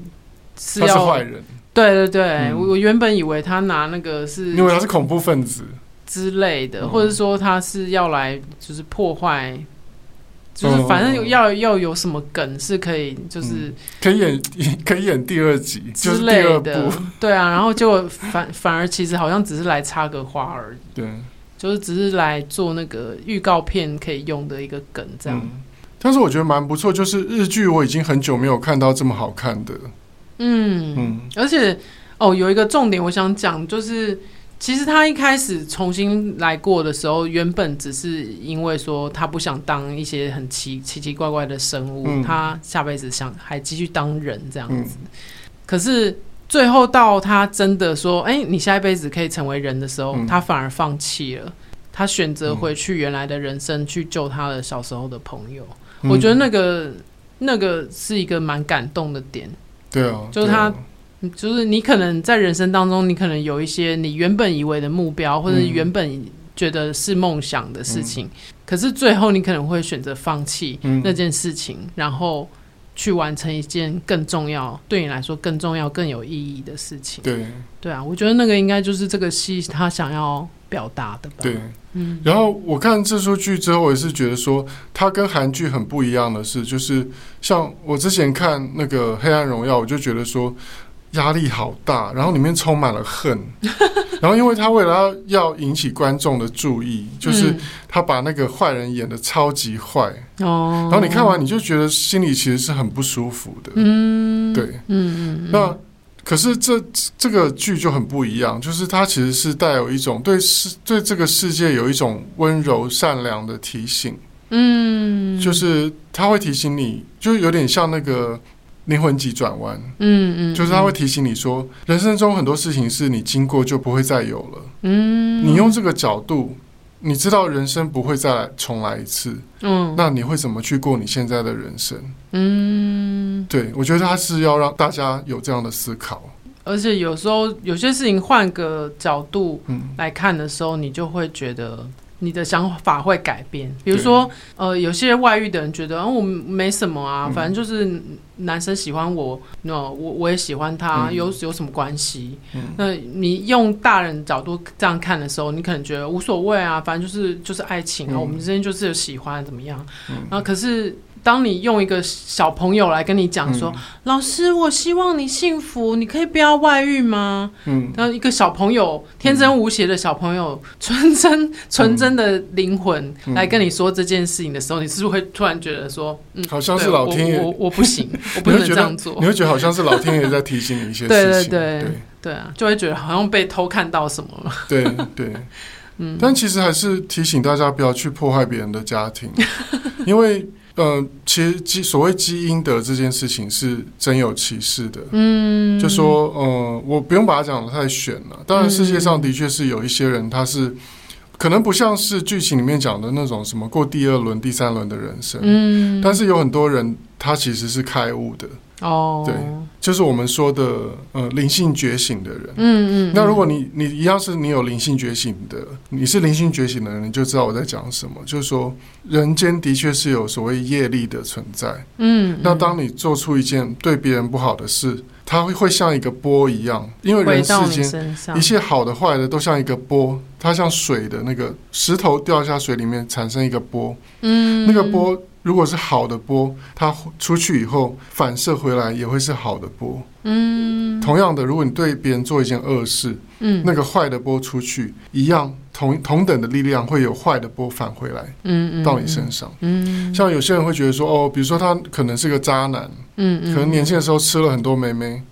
Speaker 2: 是
Speaker 1: 嗯他是
Speaker 2: 要
Speaker 1: 坏，人，
Speaker 2: 对对对，
Speaker 1: 嗯
Speaker 2: 我我原本以为他拿那个是
Speaker 1: 因为他是恐怖分子。
Speaker 2: 之类的，
Speaker 1: 嗯
Speaker 2: 或者说他是要来就是破坏，就是
Speaker 1: 嗯
Speaker 2: 反正
Speaker 1: 嗯
Speaker 2: 有
Speaker 1: 嗯
Speaker 2: 要要有什么梗是可以就是
Speaker 1: 可以演， 可以演第二集，就
Speaker 2: 之
Speaker 1: 是第
Speaker 2: 类
Speaker 1: 二
Speaker 2: 的
Speaker 1: 部，，
Speaker 2: 对啊，然后结果反 反而其实好像只是来插个花而已，
Speaker 1: 对，
Speaker 2: 就是只是来做那个预告片可以用的一个梗这样，
Speaker 1: 嗯但是我觉得蛮不错，就是日剧我已经很久没有看到这么好看的，
Speaker 2: 嗯，
Speaker 1: 嗯
Speaker 2: 而且哦有一个重点我想讲就是。其实他一开始重新来过的时候，原本只是因为说他不想当一些很奇奇奇怪怪的生物，
Speaker 1: 嗯
Speaker 2: 他下辈子想还继续当人这样
Speaker 1: 嗯
Speaker 2: 子。可是最后到他真的说：“哎、你下一辈子可以成为人的时候”，
Speaker 1: 嗯
Speaker 2: 他反而放弃了，他选择回去原来的人生去救他的小时候的朋友。
Speaker 1: 嗯
Speaker 2: 我觉得那个那个是一个蛮感动的点，
Speaker 1: 对啊，
Speaker 2: 就是
Speaker 1: 对啊
Speaker 2: 他就是你可能在人生当中，你可能有一些你原本以为的目标，或者
Speaker 1: 嗯
Speaker 2: 原本觉得是梦想的事情，可是最后你可能会选择放弃
Speaker 1: 嗯
Speaker 2: 那件事情，然后去完成一件更重要，对你来说更重要、更有意义的事情。
Speaker 1: 对
Speaker 2: 对啊，我觉得那个应该就是这个戏他想要表达的吧。
Speaker 1: 对。
Speaker 2: 嗯，
Speaker 1: 然后我看这出剧之后，我也是觉得说，它跟韩剧很不一样的是，就是像我之前看那个《黑暗荣耀》，我就觉得说压力好大，然后里面充满了恨， 然后因为他为了要要引起观众的注意，就是他把那个坏人演的超级坏，
Speaker 2: 嗯哦，
Speaker 1: 然后你看完你就觉得心里其实是很不舒服的，
Speaker 2: 嗯，
Speaker 1: 对。
Speaker 2: 嗯，嗯嗯，
Speaker 1: 那可是这这个剧就很不一样，就是它其实是带有一种对世对这个世界有一种温柔善良的提醒，
Speaker 2: 嗯，
Speaker 1: 就是它会提醒你，就是有点像那个灵魂急转弯，
Speaker 2: 嗯嗯，
Speaker 1: 就是它会提醒你说，人生中很多事情是你经过就不会再有了，
Speaker 2: 嗯，
Speaker 1: 你用这个角度。你知道人生不会再来重来一次，
Speaker 2: 嗯
Speaker 1: 那你会怎么去过你现在的人生？
Speaker 2: 嗯。
Speaker 1: 对我觉得他是要让大家有这样的思考。
Speaker 2: 而且有时候有些事情换个角度
Speaker 1: 嗯
Speaker 2: 来看的时候，你就会觉得你的想法会改变。比如说，呃，有些外遇的人觉得，嗯，我没什么啊，
Speaker 1: 嗯
Speaker 2: 反正就是男生喜欢我，那我我也喜欢他，
Speaker 1: 嗯
Speaker 2: 有有什么关系？
Speaker 1: 嗯
Speaker 2: 那你用大人角度这样看的时候，你可能觉得无所谓啊，反正就是就是爱情啊，
Speaker 1: 嗯
Speaker 2: 我们之间就是有喜欢啊怎么样。
Speaker 1: 嗯
Speaker 2: 然后可是当你用一个小朋友来跟你讲说，老师，我希望你幸福，你可以不要外遇吗？
Speaker 1: 嗯，
Speaker 2: 然后一个小朋友，天真无邪的小朋友，纯真纯真的灵魂、
Speaker 1: 嗯
Speaker 2: 来跟你说这件事情的时候，你是不是会突然觉得说，嗯，
Speaker 1: 好像是
Speaker 2: 对
Speaker 1: 老天爷
Speaker 2: 我我我 不行，我不能这样做
Speaker 1: 你，会觉得好像是老天爷在提醒你一些
Speaker 2: 对
Speaker 1: 事情，
Speaker 2: 对对啊，就会觉得好像被偷看到什么了，
Speaker 1: 对对对
Speaker 2: 嗯，
Speaker 1: 但其实还是提醒大家不要去破坏别人的家 庭，因为呃，其实基所谓基因的这件事情是真有其事的。
Speaker 2: 嗯，
Speaker 1: 就说，呃，我不用把它讲的太玄了。当然，世界上的确是有一些人，他是可能不像是剧情里面讲的那种什么过第二轮、第三轮的人生，
Speaker 2: 嗯，
Speaker 1: 但是有很多人他其实是开悟的，
Speaker 2: 哦，
Speaker 1: 对
Speaker 2: 嗯
Speaker 1: 就是我们说的呃灵性觉醒的人。
Speaker 2: 嗯，嗯
Speaker 1: 那如果你你一样是你有灵性觉醒的，你是灵性觉醒的人，你就知道我在讲什么。就是说，人间的确是有所谓业力的存在。
Speaker 2: 嗯，
Speaker 1: 那
Speaker 2: 嗯
Speaker 1: 当你做出一件对别人不好的事，它会会像一个波一样，因为
Speaker 2: 回
Speaker 1: 人世
Speaker 2: 到你
Speaker 1: 间
Speaker 2: 身上
Speaker 1: 一，切好的坏的都像一个波，它像水的那个石头掉下水里面产生一个波，
Speaker 2: 嗯，
Speaker 1: 那个波如果是好的波，它出去以后反射回来也会是好的波。
Speaker 2: 嗯，
Speaker 1: 同样的，如果你对别人做一件恶事，
Speaker 2: 嗯
Speaker 1: 那个坏的波出去一样，同同等的力量会有坏的波返回来
Speaker 2: 嗯嗯
Speaker 1: 到你身上。
Speaker 2: 嗯，
Speaker 1: 像有些人会觉得说，哦，比如说他可能是个渣男，
Speaker 2: 嗯嗯，
Speaker 1: 可能年轻的时候吃了很多妹 妹，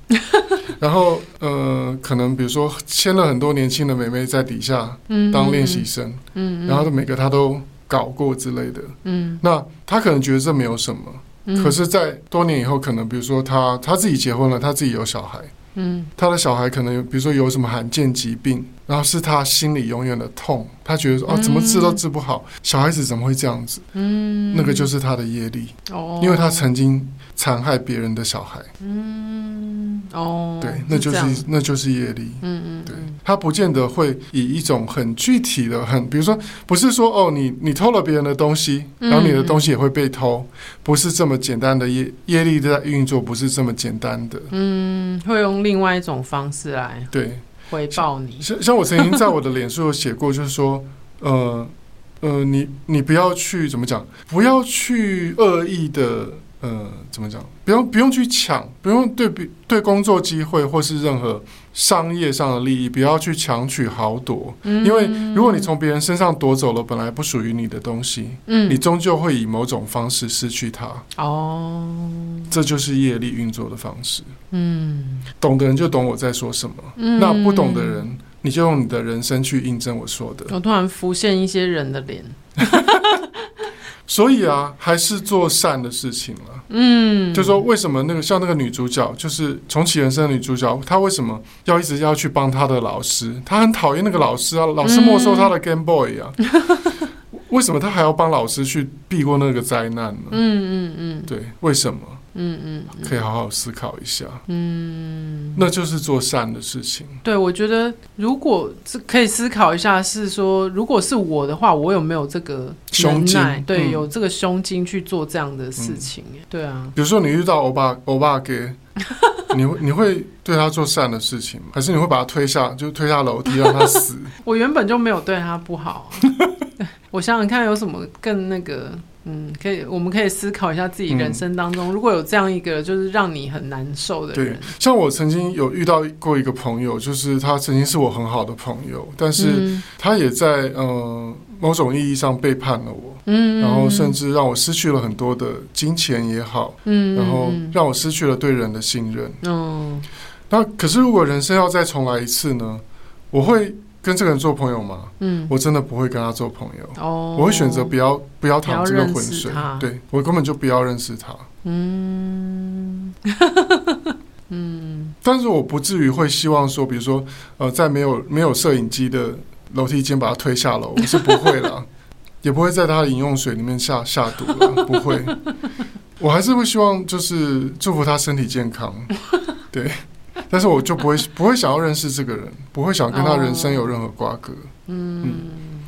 Speaker 1: 然后呃，可能比如说签了很多年轻的妹妹在底下
Speaker 2: 嗯
Speaker 1: 当练习，生，
Speaker 2: 嗯，嗯
Speaker 1: 然后每个他都搞过之类的。
Speaker 2: 嗯，
Speaker 1: 那他可能觉得这没有什么，
Speaker 2: 嗯
Speaker 1: 可是，在多年以后，可能比如说他他自己结婚了，他自己有小孩，
Speaker 2: 嗯
Speaker 1: 他的小孩可能有比如说有什么罕见疾病，然后是他心里永远的痛，他觉得说哦，
Speaker 2: 嗯
Speaker 1: 怎么治都治不好，小孩子怎么会这样子？
Speaker 2: 嗯，
Speaker 1: 那个就是他的业力，
Speaker 2: 哦，
Speaker 1: 因为他曾经残害别人的小孩，
Speaker 2: 嗯哦，
Speaker 1: 对，那就
Speaker 2: 这样
Speaker 1: 是那就是业力。
Speaker 2: 嗯嗯
Speaker 1: 对
Speaker 2: 嗯，
Speaker 1: 他不见得会以一种很具体的、很，比如说，不是说哦，你你偷了别人的东西，
Speaker 2: 嗯
Speaker 1: 然后你的东西也会被偷，不是这么简单的业业力在运作，不是这么简单的。
Speaker 2: 嗯，会用另外一种方式来
Speaker 1: 对，
Speaker 2: 回报你，
Speaker 1: 像像我曾经在我的脸书有写过，就是说，呃呃，你你不要去怎么讲，不要去恶意的，呃，怎么讲，不用不用去抢，不用对比对工作机会或是任何商业上的利益，不要去强取豪夺。
Speaker 2: 因
Speaker 1: 因为
Speaker 2: 嗯
Speaker 1: 如果你从别人身上夺走了本来不属于你的东西，
Speaker 2: 嗯
Speaker 1: 你终究会以某种方式失去它，
Speaker 2: 哦
Speaker 1: 这就是业力运作的方式。
Speaker 2: 嗯
Speaker 1: 懂的人就懂我在说什么，
Speaker 2: 嗯，
Speaker 1: 那不懂的人，你就用你的人生去印证我说的。
Speaker 2: 我突然浮现一些人的脸，
Speaker 1: 所以啊，还是做善的事情了。
Speaker 2: 嗯，
Speaker 1: 就说为什么那个像那个女主角，就是重启人生的女主角，她为什么要一直要去帮她的老师？她很讨厌那个老师啊，老师没收
Speaker 2: 嗯
Speaker 1: 她的 Game Boy 啊，为什么她还要帮老师去避过那个灾难呢？
Speaker 2: 嗯嗯嗯
Speaker 1: 对，为什么？
Speaker 2: 嗯嗯嗯
Speaker 1: 可以好好思考一下，
Speaker 2: 嗯，
Speaker 1: 那就是做善的事情。
Speaker 2: 对，我觉得如果是可以思考一下，是说如果是我的话，我有没有这个
Speaker 1: 胸
Speaker 2: 能
Speaker 1: 襟
Speaker 2: 耐？对，
Speaker 1: 嗯
Speaker 2: 有这个胸襟去做这样的事情。对啊，
Speaker 1: 比如说，你遇到欧巴欧巴 给，你会你会对他做善的事情吗？还是你会把他推下，就推下楼梯让他死？
Speaker 2: 我原本就没有对他不好、啊。 我想想看，有什么更那个，嗯，可以，我们可以思考一下自己人生当中，如果有这样一个就是让你很难受的
Speaker 1: 嗯对
Speaker 2: 人，，
Speaker 1: 像我曾经有遇到过一个朋友，就是他曾经是我很好的朋友，但是
Speaker 2: 嗯
Speaker 1: 他也在呃某种意义上背叛了我，
Speaker 2: 嗯，
Speaker 1: 然后甚
Speaker 2: 至，
Speaker 1: 至让我失去了很多的金钱也好，
Speaker 2: 嗯，
Speaker 1: 然后
Speaker 2: 嗯
Speaker 1: 让我失去了对人的信任。
Speaker 2: 嗯，
Speaker 1: 那可是如果人生要再重来一次呢？我会跟这个人做朋友吗？
Speaker 2: 嗯，
Speaker 1: 我真的不会跟他做朋友，
Speaker 2: 哦，
Speaker 1: 我会选择不要不要淌
Speaker 2: 不要
Speaker 1: 这个浑
Speaker 2: 认识
Speaker 1: 水
Speaker 2: 他。
Speaker 1: 对我根本就不要认识他，
Speaker 2: 嗯，嗯，
Speaker 1: 但是我不至于会希望说，比如说呃，在没有没有摄影机的楼梯间把他推下楼，我是不会啦，也不会在他的饮用水里面下下毒啦，不会。我还是会希望就是祝福他身体健康，对。但是我就不会不会想要认识这个人，不会想跟他人生有任何瓜葛。
Speaker 2: 嗯，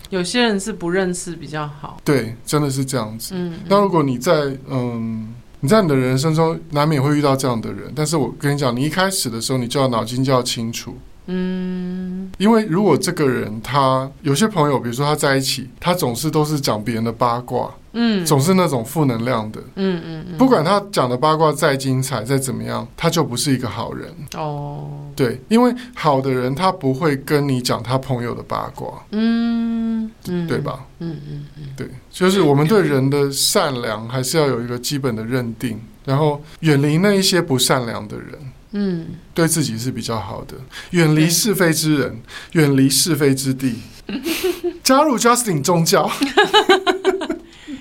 Speaker 2: 有些人是不认识比较好。
Speaker 1: 对，真的是这样子。
Speaker 2: 嗯，
Speaker 1: 那如果你在嗯，你在你的人生中难免会遇到这样的人，但是我跟你讲，你一开始的时候你就要脑筋就要清楚，
Speaker 2: 嗯
Speaker 1: 因为如果这个人他有些朋友，比如说他在一起，他总是都是讲别人的八卦，
Speaker 2: 嗯，
Speaker 1: 总是那种负能量的。
Speaker 2: 嗯嗯嗯，
Speaker 1: 不管他讲的八卦再精彩，再怎么样，他就不是一个好人。
Speaker 2: 哦，
Speaker 1: 对，因为好的人他不会跟你讲他朋友的八卦，
Speaker 2: 嗯嗯，
Speaker 1: 对？吧？
Speaker 2: 嗯嗯嗯
Speaker 1: 对，就是我们对人的善良还是要有一个基本的认定，然后远离那一些不善良的人，
Speaker 2: 嗯，
Speaker 1: 对自己是比较好的。远离是非之人，远离是非之 地，加入 Justin 宗教。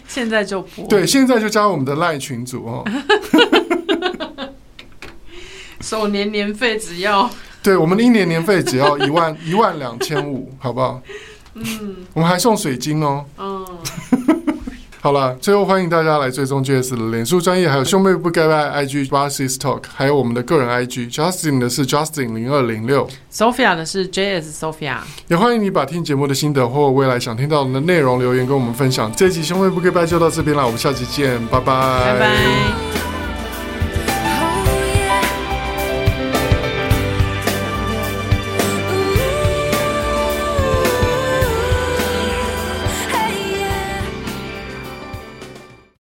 Speaker 2: 现在就不
Speaker 1: 对，现在就加入我们的赖群组 哦。
Speaker 2: 首年年费只要
Speaker 1: 对，我们一年年费只要一万一万两千五，好不好？
Speaker 2: 嗯
Speaker 1: 我们还送水晶哦。
Speaker 2: 嗯，
Speaker 1: 好了，最后欢迎大家来追踪 GS 的脸书专业，还有兄妹不该拜 IG b a s i s Talk，还有我们的个人 IG Justin 的是 Justin 零二零六，
Speaker 2: Sophia 的是 JS Sophia，
Speaker 1: 也欢迎你把听节目的心得或未来想听到的内容留言跟我们分享。这一集兄妹不该拜就到这边了，我们下集见，拜拜，
Speaker 2: 拜拜。